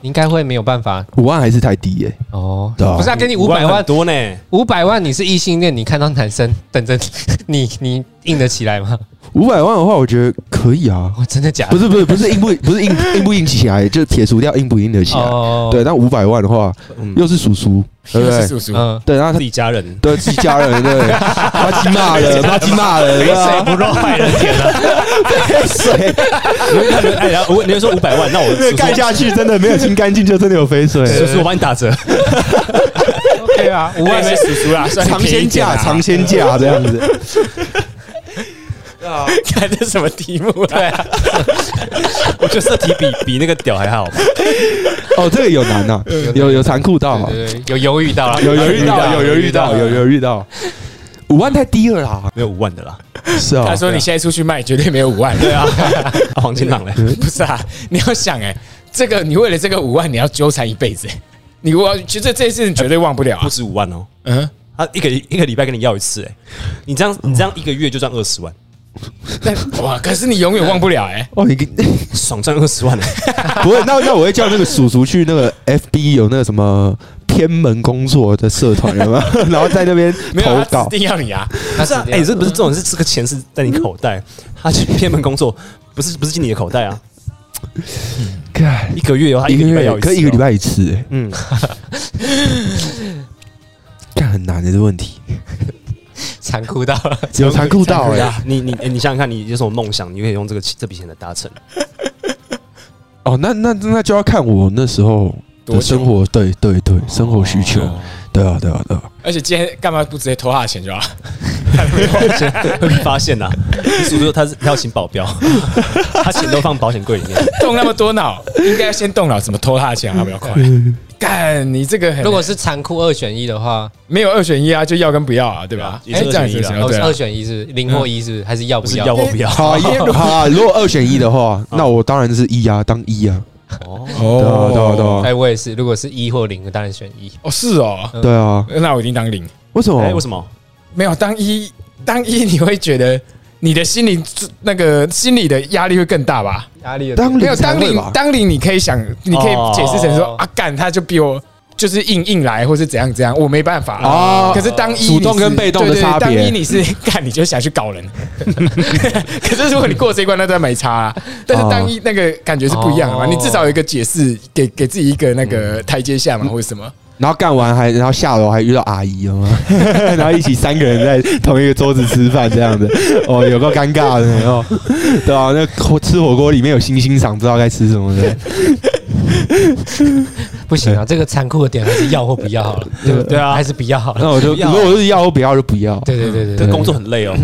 [SPEAKER 3] 你应该会没有办法
[SPEAKER 4] 五万还是太低耶、
[SPEAKER 3] 哦。
[SPEAKER 4] 对啊
[SPEAKER 3] 不是啊，给你五百
[SPEAKER 2] 很
[SPEAKER 3] 万，
[SPEAKER 2] 多呢，
[SPEAKER 3] 五百万，你是异性恋，你看到男生等着你，你硬得起来吗？
[SPEAKER 4] 五百万的话，我觉得可以啊。
[SPEAKER 3] 哦，真的假的？
[SPEAKER 4] 不是不是不是硬不不是硬硬不硬起来，就是撇除掉硬不硬得起来。
[SPEAKER 3] 哦
[SPEAKER 4] 对，，那五百万的话，
[SPEAKER 2] 嗯，
[SPEAKER 4] 又是叔叔，对不
[SPEAKER 1] 又是
[SPEAKER 4] 对？
[SPEAKER 1] 叔叔，
[SPEAKER 3] 嗯，
[SPEAKER 4] 对，然后
[SPEAKER 2] 自
[SPEAKER 4] 他
[SPEAKER 2] 己家人，
[SPEAKER 4] 对自己家人，对，巴基
[SPEAKER 2] 哎
[SPEAKER 4] 骂人，巴基骂人，对
[SPEAKER 2] 谁
[SPEAKER 4] 啊
[SPEAKER 2] 不肉害人田啊？
[SPEAKER 4] 水
[SPEAKER 2] 哎呀，我你就说五百万，那我叔叔
[SPEAKER 4] 盖下去，真的没有清干净，就真的有肥水。
[SPEAKER 2] 叔叔我帮你打折，
[SPEAKER 3] 对啊，五
[SPEAKER 1] 五 万是
[SPEAKER 3] 万
[SPEAKER 1] 叔叔 啦，算
[SPEAKER 4] 尝
[SPEAKER 1] 你便宜
[SPEAKER 4] 鲜
[SPEAKER 1] 一点
[SPEAKER 4] 价，
[SPEAKER 1] 啊
[SPEAKER 4] 尝鲜价这样子。
[SPEAKER 1] 看这什么题目啊？对啊，
[SPEAKER 2] 我觉得这题比比那个屌还好。
[SPEAKER 4] 哦，这个有难呐，有有残酷到啊，
[SPEAKER 3] 对对对有犹豫到了，
[SPEAKER 4] 有有遇到，有有遇到，有有遇到。五万太低了啦，
[SPEAKER 2] 没有五万的啦。
[SPEAKER 4] 是啊
[SPEAKER 1] 他，说你现在出去卖绝对没有五万，对啊，
[SPEAKER 2] 啊黄金档嘞，
[SPEAKER 1] 不是啊，你要想哎、这个你为了这个五万你要纠缠一辈子、哎你我其实这件事你绝对忘不了啊
[SPEAKER 2] 不，止五万哦，
[SPEAKER 1] 嗯，
[SPEAKER 2] 他一个一个礼拜跟你要一次，哎，你这样你这样一个月就赚二十万，
[SPEAKER 1] 但哇，可是你永远忘不了哎、
[SPEAKER 4] 哦，你跟
[SPEAKER 2] 爽赚二十万哎，
[SPEAKER 4] 不会，那那我会叫那个叔叔去那个 FB 有那个什么偏门工作的社团，有没 有？然后在那边
[SPEAKER 1] 没有
[SPEAKER 4] 投
[SPEAKER 1] 他
[SPEAKER 4] 稿
[SPEAKER 1] 指，定要你啊，
[SPEAKER 3] 他
[SPEAKER 2] 不 是啊，哎，
[SPEAKER 3] 哎，
[SPEAKER 2] 这不是这种是这个钱是在你口袋，他去偏门工作，不是不是进你的口袋啊，
[SPEAKER 4] 干
[SPEAKER 2] 一个月哦，他
[SPEAKER 4] 一
[SPEAKER 2] 一
[SPEAKER 4] 个
[SPEAKER 2] 个礼拜
[SPEAKER 4] 月
[SPEAKER 2] 要一次，
[SPEAKER 4] 可以一个礼，拜一次，哎
[SPEAKER 2] 嗯，
[SPEAKER 4] 干很难的这问题，
[SPEAKER 3] 残酷到了，
[SPEAKER 4] 有残酷到
[SPEAKER 2] 对
[SPEAKER 4] 哎。
[SPEAKER 2] 啊，你你哎你想想看，你有什么梦想，你可以用这个这笔钱来达成，
[SPEAKER 4] 哦，那那那就要看我那时候
[SPEAKER 1] 多
[SPEAKER 4] 的
[SPEAKER 1] 久
[SPEAKER 4] 生活，对对对，生活需求，对啊对啊对啊。
[SPEAKER 1] 而且今天干嘛不直接偷他的钱就好？
[SPEAKER 2] 会被发现呐，啊你叔叔他是他要请保 镖，他钱都放保险柜里面，
[SPEAKER 1] 动那么多脑，应该要先动脑，怎么偷他的钱还比较快？干，你这个很
[SPEAKER 3] 如果是残酷二选一的话，
[SPEAKER 1] 没有二选一啊，就要跟不要啊，对吧？
[SPEAKER 2] 也
[SPEAKER 1] 哎
[SPEAKER 2] 是
[SPEAKER 1] 这样
[SPEAKER 2] 二选一啦
[SPEAKER 1] 子
[SPEAKER 3] 哦
[SPEAKER 1] 对
[SPEAKER 3] 是
[SPEAKER 1] 啊
[SPEAKER 3] 二选一是不是零或一是不是还是要
[SPEAKER 2] 不
[SPEAKER 3] 不
[SPEAKER 2] 是
[SPEAKER 3] 要？
[SPEAKER 2] 要我不要
[SPEAKER 4] 好啊，因为如果好啊，如果二选一的话，那我当然是一啊，当一啊，
[SPEAKER 2] 哦，
[SPEAKER 4] 对啊对啊对啊
[SPEAKER 3] 哎，我也是，如果是一或零，我当然选一。
[SPEAKER 1] 哦是哦，
[SPEAKER 4] 对啊，
[SPEAKER 1] 那我一定当零。
[SPEAKER 4] 为什么？
[SPEAKER 2] 哎，为什么？
[SPEAKER 1] 没有当一，当一你会觉得你的心理那个心理的压力会更大吧？
[SPEAKER 3] 压力
[SPEAKER 4] 当
[SPEAKER 1] 没有
[SPEAKER 4] 零才
[SPEAKER 1] 当
[SPEAKER 4] 会
[SPEAKER 1] 零
[SPEAKER 4] 吧？
[SPEAKER 1] 当零，你可以想，你可以解释成说
[SPEAKER 3] 哦
[SPEAKER 1] 啊干，他就比我。就是硬硬来，或是怎样怎样，我没办法
[SPEAKER 4] 哦
[SPEAKER 1] 可是当一你是
[SPEAKER 4] 主动跟被动的
[SPEAKER 1] 对对对
[SPEAKER 4] 差别
[SPEAKER 1] 当一你是 干，你就想去搞 人。可是如果你过这一关，那都没差啊。但是当一那个感觉是不一样的嘛，
[SPEAKER 3] 哦
[SPEAKER 1] 你至少有一个解释，给给自己一个那个台阶
[SPEAKER 4] 嗯
[SPEAKER 1] 下嘛，或者什么。
[SPEAKER 4] 然后干完还，然后下楼还遇到阿姨了吗？然后一起三个人在同一个桌子吃饭这样子，哦，有够尴尬的哦，对啊，那火吃火锅里面有星星赏，不知道该吃什么的，
[SPEAKER 3] 不行啊，这个残酷的点还是要或不要好了，对不对
[SPEAKER 2] 对啊
[SPEAKER 3] 还是不要好了。
[SPEAKER 4] 那我就
[SPEAKER 2] 不要
[SPEAKER 4] 如
[SPEAKER 2] 啊
[SPEAKER 4] 果我是要，我不要就不要。
[SPEAKER 3] 对对对对
[SPEAKER 2] 这
[SPEAKER 3] 对，
[SPEAKER 2] 工作很累哦，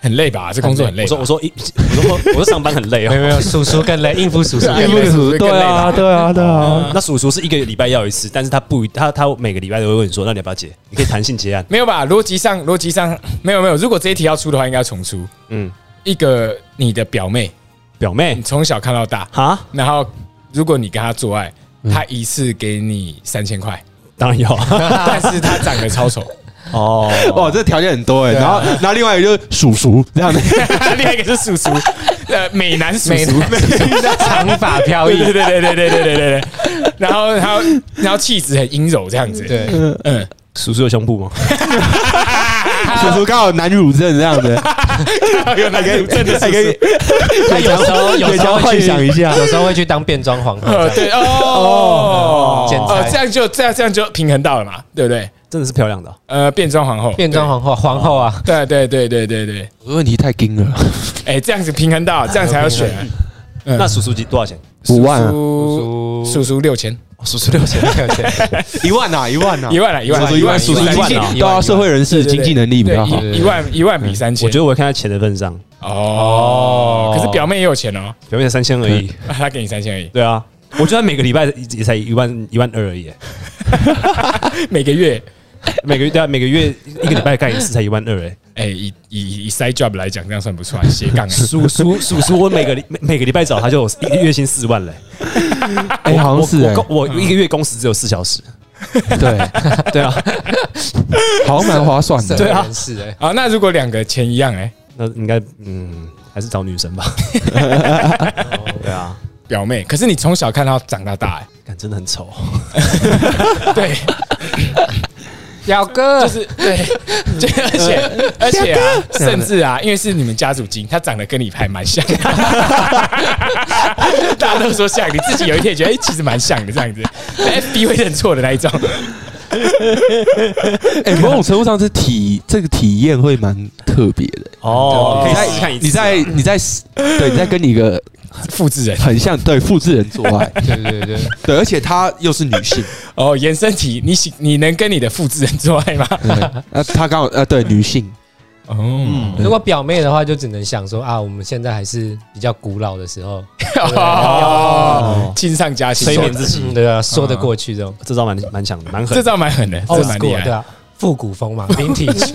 [SPEAKER 1] 很累吧？这工作很累吧。
[SPEAKER 2] 我说我说一我说我说上班很累哦
[SPEAKER 3] 没有。没有，叔叔更累，应付 叔叔
[SPEAKER 1] 对啊
[SPEAKER 3] 更
[SPEAKER 1] 因为
[SPEAKER 3] 累。
[SPEAKER 1] 是更累吧
[SPEAKER 4] 对啊，对啊，
[SPEAKER 2] 那叔叔是一个礼拜要一次，但是他不他他每个礼拜都会问你说，那你要不要结？你可以弹性结案。
[SPEAKER 1] 没有吧？逻辑上，逻辑上没有没有。如果这一题要出的话，应该要重出。
[SPEAKER 2] 嗯，
[SPEAKER 1] 一个你的表妹，
[SPEAKER 2] 表
[SPEAKER 1] 你
[SPEAKER 2] 妹
[SPEAKER 1] 从小看到大，
[SPEAKER 2] 哈，
[SPEAKER 1] 嗯 然后如果你跟她做爱，她一次给你三千块，
[SPEAKER 2] 当然有
[SPEAKER 1] 但是他长得超丑。
[SPEAKER 2] 哦，
[SPEAKER 4] 哇，这条件很多哎。然后，然后另外一个就是叔叔这样的，
[SPEAKER 1] 另外一个是叔叔， 呃，美男叔
[SPEAKER 3] 美
[SPEAKER 1] 叔，
[SPEAKER 3] 长发飘
[SPEAKER 1] 对
[SPEAKER 3] 逸，
[SPEAKER 1] 对对对对对对对对对。然后，然后，然后气质很阴柔这样子。
[SPEAKER 3] 对，
[SPEAKER 1] 嗯，
[SPEAKER 2] 叔叔有胸部吗？
[SPEAKER 4] 叔叔刚好男乳症这样的，
[SPEAKER 1] 有那个真的
[SPEAKER 4] 还可以
[SPEAKER 1] 是，
[SPEAKER 3] 他有时候有
[SPEAKER 4] 可以
[SPEAKER 3] 时候会
[SPEAKER 4] 幻
[SPEAKER 3] 去
[SPEAKER 4] 想一下，
[SPEAKER 3] 有时候会去当变装皇后
[SPEAKER 1] 呃，
[SPEAKER 3] 这
[SPEAKER 1] 对
[SPEAKER 3] 样，
[SPEAKER 1] 哦，
[SPEAKER 3] 剪裁
[SPEAKER 1] 哦，这样就这样这样就平衡到了嘛，对不对？
[SPEAKER 2] 真的是漂亮的啊、
[SPEAKER 1] 呃，变装皇后，
[SPEAKER 3] 变装皇后皇后啊，
[SPEAKER 1] 对对对对对对，
[SPEAKER 4] 我的问题太硬了，
[SPEAKER 1] 哎，这样子平衡到，这样才有选啊。嗯
[SPEAKER 2] 那叔叔几多少钱？
[SPEAKER 4] 五万啊
[SPEAKER 1] 叔
[SPEAKER 3] 叔
[SPEAKER 1] 叔叔六千，
[SPEAKER 2] 哦叔叔六千。
[SPEAKER 4] 一万啊，一万啊
[SPEAKER 1] 一万了，一万啦，
[SPEAKER 4] 叔叔一万，
[SPEAKER 1] 一
[SPEAKER 4] 叔叔
[SPEAKER 1] 万
[SPEAKER 4] 一
[SPEAKER 1] 啦
[SPEAKER 4] 万
[SPEAKER 1] 经济
[SPEAKER 4] 啊，对啊，社会人士经济能力比
[SPEAKER 1] 对
[SPEAKER 4] 较好。
[SPEAKER 1] 一一万一万比三千，
[SPEAKER 2] 我觉得我会看在钱的份上，
[SPEAKER 1] 哦，可是表妹也有钱哦，
[SPEAKER 2] 表面三千而已。
[SPEAKER 1] 啊她给你三千而已，
[SPEAKER 2] 对啊，我觉得每个礼拜也才一万一万二而已耶，
[SPEAKER 1] 每个月，
[SPEAKER 2] 每个月对啊，每个月一个礼拜干一次才一万二哎。
[SPEAKER 1] 哎，以以以 side job 来讲，这样算不错啊，斜杠啊，
[SPEAKER 2] 叔叔叔叔，我每个礼每每个礼拜找他就有一个月薪四万嘞。
[SPEAKER 4] 哎，好像是
[SPEAKER 2] 我
[SPEAKER 4] 哎，
[SPEAKER 2] 工我一个月工时只有四小时。
[SPEAKER 4] 对，
[SPEAKER 2] 对啊，
[SPEAKER 4] 好像蛮划算的。
[SPEAKER 3] 对
[SPEAKER 2] 啊
[SPEAKER 3] 啊，是哎，
[SPEAKER 1] 啊，那如果两个钱一样，哎，
[SPEAKER 2] 那应该嗯，还是找女生吧。 对啊，
[SPEAKER 1] 表妹，可是你从小看她长到大，
[SPEAKER 2] 看真的很丑。
[SPEAKER 1] 哎， 对，
[SPEAKER 3] 表哥
[SPEAKER 1] 就
[SPEAKER 3] 呃
[SPEAKER 1] 是对，就而且而且啊，甚至啊，因为是你们家族基因，他长得跟你还蛮像的， 大家都说像，你自己有一天也觉得哎、其实蛮像的这样子，FB 会认错的那一种，
[SPEAKER 4] 哎， 某种程度上，这体这个体验会蛮特别的。
[SPEAKER 2] 哦，可
[SPEAKER 4] 你
[SPEAKER 2] 以试试看
[SPEAKER 4] 在
[SPEAKER 2] 一次。
[SPEAKER 4] 你在你在对你在跟你一个
[SPEAKER 1] 复制人
[SPEAKER 4] 很像对复制人做爱，
[SPEAKER 3] 对对 对，
[SPEAKER 4] 对，而且她又是女性，
[SPEAKER 1] 哦，延伸题，你喜你能跟你的复制人做爱吗？
[SPEAKER 4] 对那她刚好呃对女性，
[SPEAKER 1] 哦，
[SPEAKER 3] 如果表妹的话，就只能想说啊，我们现在还是比较古老的时候，
[SPEAKER 1] 哦，亲上加亲，
[SPEAKER 2] 催眠自己
[SPEAKER 3] 嗯对啊，说得过去这种
[SPEAKER 2] 这招蛮蛮强的，蛮狠
[SPEAKER 1] 这
[SPEAKER 2] 的。
[SPEAKER 1] 招蛮狠的，这
[SPEAKER 3] old
[SPEAKER 1] 蛮厉
[SPEAKER 3] school 对
[SPEAKER 1] 害。
[SPEAKER 3] 啊，复古风 嘛，vintage，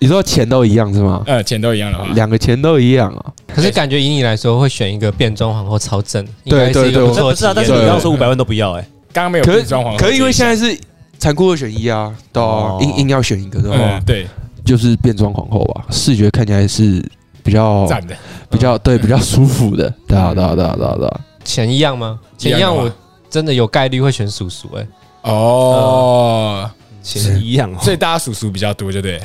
[SPEAKER 4] 你说钱都一样是吗？
[SPEAKER 1] 呃，钱都一
[SPEAKER 2] 啊
[SPEAKER 1] 样的话，
[SPEAKER 4] 两个钱都一样啊，
[SPEAKER 3] 可是感觉以你来说，会选一个变装皇后超正，应
[SPEAKER 4] 对
[SPEAKER 3] 该是一
[SPEAKER 4] 对对
[SPEAKER 3] 个不
[SPEAKER 2] 这
[SPEAKER 3] 错
[SPEAKER 2] 不
[SPEAKER 3] 的
[SPEAKER 2] 是啊，但
[SPEAKER 3] 体
[SPEAKER 2] 是
[SPEAKER 3] 验。
[SPEAKER 2] 你刚刚说五百万都不要哎。
[SPEAKER 1] 刚刚没有
[SPEAKER 4] 可
[SPEAKER 1] 变装皇后，
[SPEAKER 4] 是可是因为现在是残酷二选一啊，对啊
[SPEAKER 2] 哦，
[SPEAKER 4] 硬硬要选一个对吧
[SPEAKER 1] 嗯？对
[SPEAKER 4] 就是变装皇后吧，视觉看起来是比较
[SPEAKER 1] 赞的，
[SPEAKER 4] 比较
[SPEAKER 2] 嗯
[SPEAKER 4] 对比较舒服的，对啊对啊对啊对啊对啊，
[SPEAKER 3] 前一样吗？前一样
[SPEAKER 1] 一样的
[SPEAKER 3] 我真的有概率会选叔叔哎，
[SPEAKER 1] 哦，
[SPEAKER 2] 钱一样哦，
[SPEAKER 1] 所以大家叔叔比较多，就对了。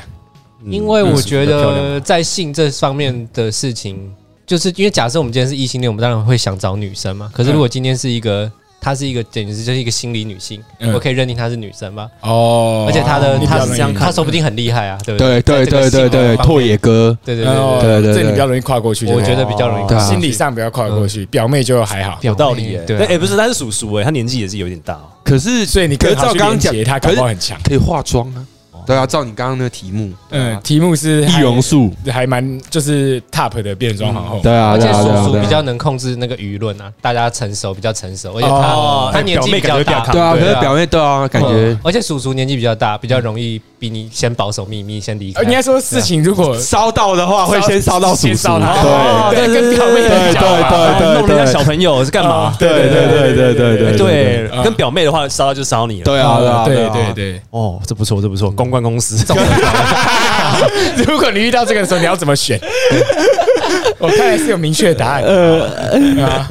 [SPEAKER 2] 嗯
[SPEAKER 3] 因为我
[SPEAKER 2] 嗯
[SPEAKER 3] 觉
[SPEAKER 2] 是比较漂亮
[SPEAKER 3] 得在性这方面的事情，就是因为假设我们今天是异性恋，我们当然会想找女生嘛。可是如果今天是一个，她是一个简直就是一个心理女性，
[SPEAKER 1] 嗯
[SPEAKER 3] 我可以认定她是女生吧？
[SPEAKER 1] 哦
[SPEAKER 3] 而且她的
[SPEAKER 1] 你比
[SPEAKER 3] 她
[SPEAKER 1] 较
[SPEAKER 3] 是
[SPEAKER 1] 容易
[SPEAKER 3] 这样，
[SPEAKER 1] 看
[SPEAKER 3] 她说不定很厉害啊，对不
[SPEAKER 4] 对对对对对，拓野哥，
[SPEAKER 3] 对对对
[SPEAKER 1] 哦
[SPEAKER 3] 对
[SPEAKER 4] 对对对
[SPEAKER 1] 这你比较容易跨过去，
[SPEAKER 3] 对，我觉
[SPEAKER 1] 对
[SPEAKER 3] 得比较容易看
[SPEAKER 4] 对啊
[SPEAKER 3] 上去，
[SPEAKER 1] 心理上比较跨过去，表妹就还好，
[SPEAKER 2] 有道理哎。
[SPEAKER 3] 对
[SPEAKER 2] 对，
[SPEAKER 3] 啊
[SPEAKER 2] 哎，不是，他是叔叔哎，他年纪也是有点大哦。
[SPEAKER 4] 可是
[SPEAKER 1] 所以你跟
[SPEAKER 4] 可是照
[SPEAKER 1] 赵
[SPEAKER 4] 刚
[SPEAKER 1] 刚
[SPEAKER 4] 刚
[SPEAKER 1] 讲
[SPEAKER 4] 讲，，
[SPEAKER 1] 他
[SPEAKER 4] 可
[SPEAKER 1] 感
[SPEAKER 4] 是
[SPEAKER 1] 冒很强。
[SPEAKER 4] 可以化妆啊，对啊，照你刚刚那个题目，
[SPEAKER 1] 嗯，题目是
[SPEAKER 4] 易容术，
[SPEAKER 1] 还还蛮就是 top 的变装皇后，
[SPEAKER 4] 对啊
[SPEAKER 3] 而
[SPEAKER 4] 对
[SPEAKER 3] 且
[SPEAKER 4] 啊对啊
[SPEAKER 3] 叔叔
[SPEAKER 4] 对
[SPEAKER 3] 比
[SPEAKER 4] 啊
[SPEAKER 3] 较能控制那个舆论啊，大家成熟比较成熟，而且
[SPEAKER 1] 哦
[SPEAKER 3] 他他年纪比较
[SPEAKER 2] 表妹感觉比较
[SPEAKER 3] 大，
[SPEAKER 2] 扛
[SPEAKER 4] 对啊，可
[SPEAKER 2] 对
[SPEAKER 4] 是表妹对啊，感觉
[SPEAKER 3] 嗯而且叔叔年纪比较大，比较容易比你先保守秘密，先离开
[SPEAKER 1] 呃，应。该说事情如果
[SPEAKER 4] 烧到的话会先烧到叔
[SPEAKER 1] 先
[SPEAKER 4] 叔
[SPEAKER 1] 烧，他
[SPEAKER 4] 对
[SPEAKER 1] 哦。对跟表妹很像嘛
[SPEAKER 4] 对对
[SPEAKER 2] 啊
[SPEAKER 4] 啊
[SPEAKER 2] 弄人家小朋友是干嘛？
[SPEAKER 4] 对对对对对
[SPEAKER 2] 对
[SPEAKER 4] 对
[SPEAKER 1] 对，
[SPEAKER 2] 跟表妹的话烧到就烧你了。
[SPEAKER 4] 对啊，对啊，
[SPEAKER 1] 对
[SPEAKER 4] 啊
[SPEAKER 1] 对，对，
[SPEAKER 2] 哦，这不错，这不错，公关公司。
[SPEAKER 1] 如果你遇到这个的时候，你要怎么选？我看来是有明确答案的啊，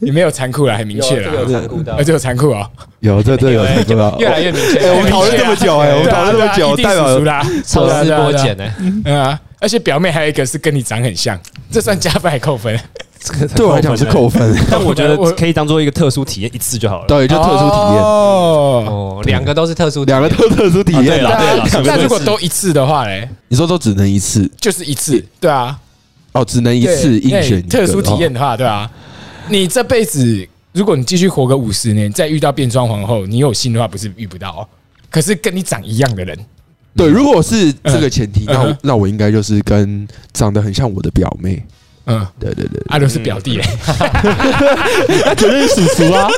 [SPEAKER 1] 你没有残酷了，很明确了，
[SPEAKER 3] 有顾到
[SPEAKER 1] 而且有残酷啊，
[SPEAKER 4] 有这这有这个吧，
[SPEAKER 3] 越来越明显。
[SPEAKER 4] 哎我们讨论这么久哎我们讨论这么久
[SPEAKER 1] 对啊对啊一定
[SPEAKER 4] 代表
[SPEAKER 1] 叔叔啦
[SPEAKER 3] 抽丝
[SPEAKER 1] 对啊
[SPEAKER 3] 剥。
[SPEAKER 1] 对啊对啊
[SPEAKER 3] 茧欸呢，
[SPEAKER 1] 嗯啊，而且表妹还有一个是跟你长很像，这算加分还扣分？
[SPEAKER 4] 对啊我来讲是扣分，
[SPEAKER 2] 但我觉得
[SPEAKER 1] 我
[SPEAKER 2] 可以当做一个特殊体验一次就好了。
[SPEAKER 4] 对，就特殊体验，
[SPEAKER 1] 哦。哎
[SPEAKER 3] 哦，两个都是特殊体
[SPEAKER 4] 两
[SPEAKER 3] 验，
[SPEAKER 4] 个都特殊体验
[SPEAKER 2] 啊
[SPEAKER 4] 哦啦。
[SPEAKER 2] 对啦
[SPEAKER 1] 那
[SPEAKER 2] 两个
[SPEAKER 1] 那
[SPEAKER 2] 都
[SPEAKER 1] 如果
[SPEAKER 2] 是
[SPEAKER 1] 都一次的话嘞，
[SPEAKER 4] 你说都只能一次
[SPEAKER 1] 就是一次，对啊，
[SPEAKER 4] 哦，只能一
[SPEAKER 1] 对
[SPEAKER 4] 次硬
[SPEAKER 1] 对
[SPEAKER 4] 选一个哦
[SPEAKER 1] 特殊体验，的话，对啊，你这辈子如果你继续活个五十年，再遇到变装皇后，你有心的话不是遇不到哦，可是跟你长一样的人，
[SPEAKER 4] 对，如果是这个前提，
[SPEAKER 1] 嗯
[SPEAKER 4] 那
[SPEAKER 1] 嗯
[SPEAKER 4] 我那我应该就是跟长得很像我的表妹，
[SPEAKER 1] 嗯，
[SPEAKER 4] 对对对，
[SPEAKER 1] 阿伦是表弟嘞，
[SPEAKER 4] 那绝对是叔叔 啊，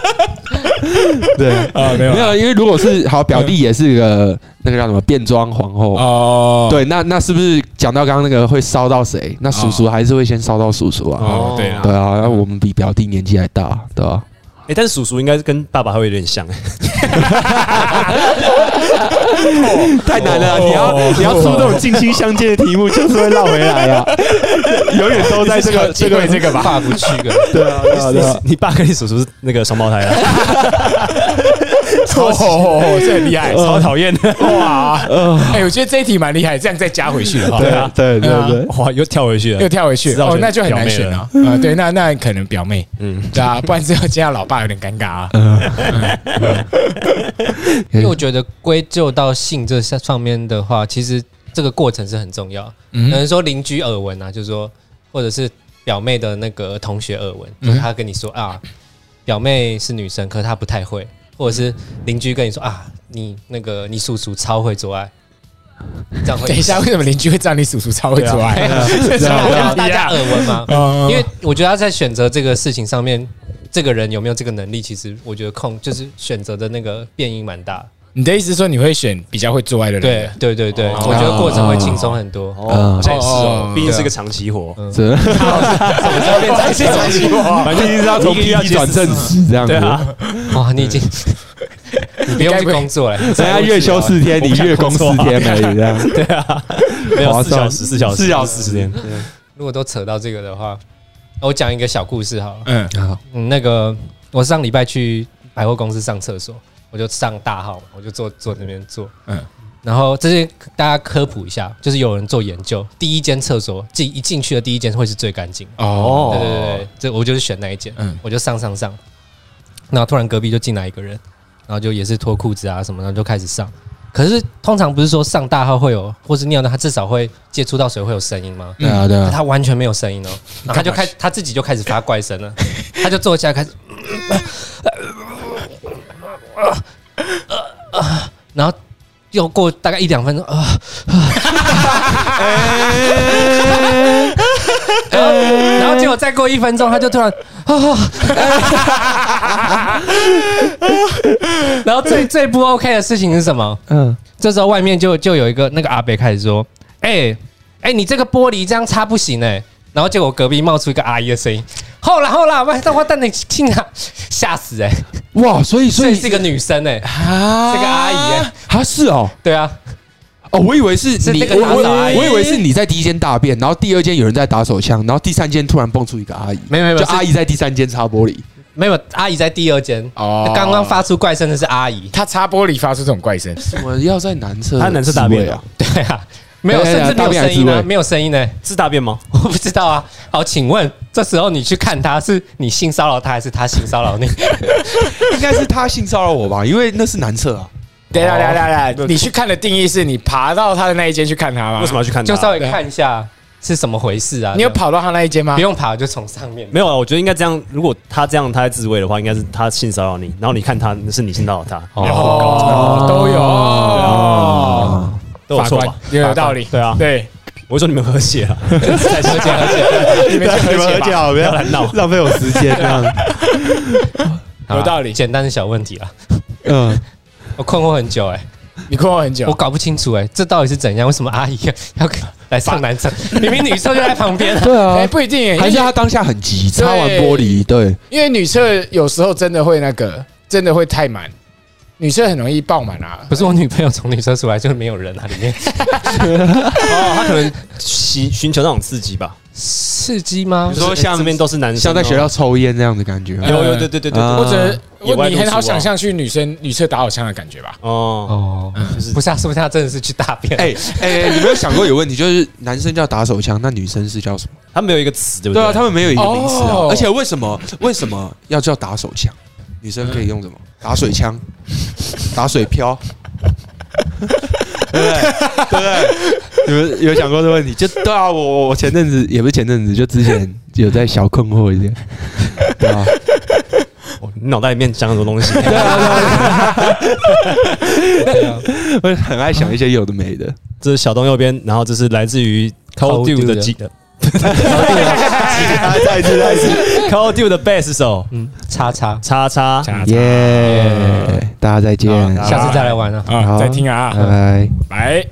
[SPEAKER 4] 对。
[SPEAKER 1] 啊，没有
[SPEAKER 4] 没
[SPEAKER 1] 啊
[SPEAKER 4] 有，因为如果是好表弟，也是个那个叫什么变装皇后，
[SPEAKER 1] 哦，
[SPEAKER 4] 对，那那是不是讲到刚刚那个会烧到谁？那叔叔还是会先烧到叔叔啊，
[SPEAKER 1] 哦，对啊，
[SPEAKER 4] 对啊，那我们比表弟年纪还大，对吧、
[SPEAKER 2] 哎、哎，但是叔叔应该是跟爸爸会有点像，
[SPEAKER 4] 太难了，啊你要你要出这种近亲相见的题目，就是会绕回来啊，永远都在这个这个
[SPEAKER 1] 这个吧，
[SPEAKER 3] 跨不去个，
[SPEAKER 4] 对啊对啊对啊，
[SPEAKER 2] 你爸跟你叔叔是那个双胞胎 啊，
[SPEAKER 1] 哦，这很厉
[SPEAKER 4] 嗯
[SPEAKER 1] 害，
[SPEAKER 2] 超讨厌的，
[SPEAKER 1] 哇！哎，我觉得这一题蛮厉害，这样再加回去的话，
[SPEAKER 4] 对啊对对
[SPEAKER 1] 对
[SPEAKER 4] 对，
[SPEAKER 2] 哇，又跳回去了，
[SPEAKER 1] 又跳回去，
[SPEAKER 2] 知道
[SPEAKER 1] 哦，
[SPEAKER 2] 选
[SPEAKER 1] 那就很
[SPEAKER 2] 表
[SPEAKER 1] 难
[SPEAKER 2] 妹
[SPEAKER 1] 选
[SPEAKER 2] 了
[SPEAKER 1] 啊。啊，对，那那可能表妹，
[SPEAKER 2] 嗯，
[SPEAKER 1] 对啊，不然之后见到老爸有点尴尬啊。
[SPEAKER 4] 嗯
[SPEAKER 3] 因为我觉得归咎到性这上面的话，其实这个过程是很重要。可
[SPEAKER 1] 嗯
[SPEAKER 3] 能说邻居耳闻啊，就是说，或者是表妹的那个同学耳闻，就是他跟你说啊，表妹是女生，可是她不太会，或者是邻居跟你说啊，你那个你叔叔超会做爱，这样会
[SPEAKER 1] 等一下，为什么邻居会知道你叔叔超会做爱？
[SPEAKER 4] 啊
[SPEAKER 1] 这是
[SPEAKER 3] 这样大
[SPEAKER 1] 大
[SPEAKER 3] 家
[SPEAKER 1] 家
[SPEAKER 3] 耳闻嘛。
[SPEAKER 1] 嗯
[SPEAKER 3] 因为我觉得他在选择这个事情上面，这个人有没有这个能力，其实我觉得控就是选择的那个变音蛮大。
[SPEAKER 1] 你的意思是说你会选比较会做爱的人？
[SPEAKER 3] 对对对对，
[SPEAKER 2] 哦
[SPEAKER 3] 我觉得过程会轻松很多。
[SPEAKER 2] 哦，好像也是
[SPEAKER 1] 哦
[SPEAKER 2] 哦，毕竟是个长期活，
[SPEAKER 4] 啊
[SPEAKER 2] 哦
[SPEAKER 4] 这
[SPEAKER 1] 哇，这才是我
[SPEAKER 4] 反正就是要从 P
[SPEAKER 2] 一个
[SPEAKER 4] E 转正职这样子
[SPEAKER 2] 对，啊，
[SPEAKER 3] 哇，你已经你不用去啊工作了，人
[SPEAKER 4] 人家月休四天，你月工四天而已，这样
[SPEAKER 2] 没有
[SPEAKER 4] 划
[SPEAKER 2] 四小
[SPEAKER 4] 算
[SPEAKER 2] 时，四小时，
[SPEAKER 4] 四小时
[SPEAKER 2] 时间，
[SPEAKER 3] 如果都扯到这个的话，哦我讲一个小故事好了。
[SPEAKER 1] 嗯，
[SPEAKER 3] 嗯，那个我上礼拜去百货公司上厕所，我就上大号嘛，我就坐坐那边坐。
[SPEAKER 1] 嗯，
[SPEAKER 3] 嗯然后这些大家科普一下，就是有人做研究，第一间厕所进一进去的第一间会是最干净的。
[SPEAKER 1] 哦，
[SPEAKER 3] 对对对对，这我就是选那一间，
[SPEAKER 1] 嗯
[SPEAKER 3] 我就上上上，然后突然隔壁就进来一个人，然后就也是脱裤子啊什么的，然后就开始上。可是通常不是说上大号会有，或是尿尿，他至少会接触到水会有声音吗？
[SPEAKER 4] 对啊对啊，
[SPEAKER 3] 他完全没有声音哦，然后他就开
[SPEAKER 1] 干嘛
[SPEAKER 3] 他自己就开始发怪声了，他就坐下来开始，然后又过大概一两分钟啊，然后然后结果再过一分钟，他就突然 啊，然后最最不 OK 的事情是什么？
[SPEAKER 4] 嗯，
[SPEAKER 3] 这时候外面就就有一个那个阿北开始说：“哎、哎、你这个玻璃这样擦不行哎、然后结果隔壁冒出一个阿姨的声音：“后啦后啦，外我蛋你进来， 吓死哎、
[SPEAKER 4] 哇，所以所
[SPEAKER 3] 所以
[SPEAKER 4] 以
[SPEAKER 3] 是一个女生哎、
[SPEAKER 4] 啊
[SPEAKER 3] 这个阿姨哎、
[SPEAKER 4] 啊是哦。
[SPEAKER 3] 对啊，
[SPEAKER 4] 哦，我以为是
[SPEAKER 3] 是
[SPEAKER 4] 你，
[SPEAKER 3] 那个
[SPEAKER 4] 我
[SPEAKER 3] 打扫阿
[SPEAKER 4] 我
[SPEAKER 3] 姨
[SPEAKER 4] 我以为是你在第一间大便，然后第二间有人在打手枪，然后第三间突然蹦出一个阿姨，
[SPEAKER 3] 没有没有
[SPEAKER 4] 就
[SPEAKER 3] 没有
[SPEAKER 4] 阿姨在第三间擦玻璃，
[SPEAKER 3] 没有阿姨在第二间，
[SPEAKER 1] 哦
[SPEAKER 3] 刚刚发出怪声的是阿姨，
[SPEAKER 1] 他擦玻璃发出这种怪声，
[SPEAKER 4] 怎么要在男厕？
[SPEAKER 2] 他男厕大便啊
[SPEAKER 4] 啊？
[SPEAKER 3] 对啊，没有
[SPEAKER 4] 哎哎
[SPEAKER 3] 甚至没
[SPEAKER 4] 大
[SPEAKER 3] 有
[SPEAKER 4] 便还
[SPEAKER 3] 声音
[SPEAKER 4] 自
[SPEAKER 3] 啊，
[SPEAKER 4] 慰
[SPEAKER 3] 没有声音呢、
[SPEAKER 2] 是大便吗？
[SPEAKER 3] 我不知道啊。好，请问这时候你去看他是你性骚扰他，还是他性骚扰 你？
[SPEAKER 1] 啊
[SPEAKER 4] 应该是他性骚扰我吧，因为那是男厕啊。
[SPEAKER 1] 对啦啦啦啦，你去看的定义是你爬到他的那一间去看他吗？
[SPEAKER 2] 为什么？要去看他？
[SPEAKER 3] 就稍微看一下是什么回事啊？
[SPEAKER 1] 啊你有跑到他那一间吗
[SPEAKER 3] 不？用爬，就从上面。
[SPEAKER 2] 没有啊，我觉得应该这样。如果他这样，他在自慰的话，应该是他性骚扰你，然后你看他是你性骚扰他，
[SPEAKER 1] 哦，都有，
[SPEAKER 4] 哦，
[SPEAKER 2] 都有错吧？
[SPEAKER 1] 也有道理。
[SPEAKER 2] 对啊，
[SPEAKER 1] 对，
[SPEAKER 2] 我说你们和谐啊，
[SPEAKER 3] 再说见，再
[SPEAKER 1] 你们去和解吧，
[SPEAKER 4] 好，不
[SPEAKER 2] 不要来闹。哦
[SPEAKER 4] 浪费我时间啊这 样。
[SPEAKER 3] 见，
[SPEAKER 1] 有道理
[SPEAKER 3] 简单的小问题啊，
[SPEAKER 4] 嗯，
[SPEAKER 3] 我困惑很久哎，
[SPEAKER 1] 你困惑很
[SPEAKER 3] 我
[SPEAKER 1] 久。
[SPEAKER 3] 搞不清楚哎，这到底是怎样？为什么阿姨要来上男厕？明明女厕就在旁边啊。
[SPEAKER 4] 对
[SPEAKER 1] 哎，
[SPEAKER 2] 呃
[SPEAKER 4] 啊，
[SPEAKER 1] 不一定耶，
[SPEAKER 4] 还是他当下很急，擦完玻璃，对，
[SPEAKER 1] 因为女厕有时候真的会那个，真的会太满，女厕很容易爆满啊。
[SPEAKER 3] 不是我女朋友从女厕出来就没有人啊，里面
[SPEAKER 2] 哦，他可能寻寻求那种刺激吧。
[SPEAKER 3] 刺激吗
[SPEAKER 4] 你？说像
[SPEAKER 2] 哎这边都是男生，
[SPEAKER 4] 像在学校抽烟这样的感觉。
[SPEAKER 2] 哦。有有对对对对
[SPEAKER 4] 啊
[SPEAKER 2] 对
[SPEAKER 1] 或者
[SPEAKER 2] 野外
[SPEAKER 1] 你
[SPEAKER 2] 露
[SPEAKER 1] 很
[SPEAKER 2] 宿
[SPEAKER 1] 好
[SPEAKER 2] 啊
[SPEAKER 1] 想象去女生女厕打好枪的感觉吧？
[SPEAKER 2] 哦，
[SPEAKER 3] 哦，
[SPEAKER 2] 就是
[SPEAKER 3] 不是啊，说不定她真的是去大便。
[SPEAKER 4] 哎哎，你没有想过有问题，就是男生叫打手枪，那女生是叫什么？
[SPEAKER 2] 他没有一个词，对不
[SPEAKER 4] 对
[SPEAKER 2] 对？
[SPEAKER 4] 啊，他们没有一个名词啊
[SPEAKER 1] 哦。
[SPEAKER 4] 而且为什么为什么要叫打手枪？女生可以用什么？打水枪、打水漂，对不对？对不对？你们有想过这个问题？就对啊，我我我前阵子也不是前阵子，就之前有在小困惑一点，对啊，
[SPEAKER 2] 哦你脑袋里面想很多东西，
[SPEAKER 4] 我很爱想一些有的没的。
[SPEAKER 2] 这是小东右边，然后这是来自于 Call
[SPEAKER 3] Call
[SPEAKER 2] d u
[SPEAKER 3] Dude
[SPEAKER 2] 的
[SPEAKER 3] 的
[SPEAKER 2] 吉 Call
[SPEAKER 4] 哎再一次，再一次，
[SPEAKER 2] d u 的 bass 手
[SPEAKER 3] 嗯，叉叉，
[SPEAKER 2] 叉叉。
[SPEAKER 1] 啊
[SPEAKER 4] 耶！大家再见，
[SPEAKER 1] 好
[SPEAKER 3] 下次再来玩啊。
[SPEAKER 1] 啊，再听啊
[SPEAKER 2] 呃
[SPEAKER 4] 拜，拜。
[SPEAKER 1] 来。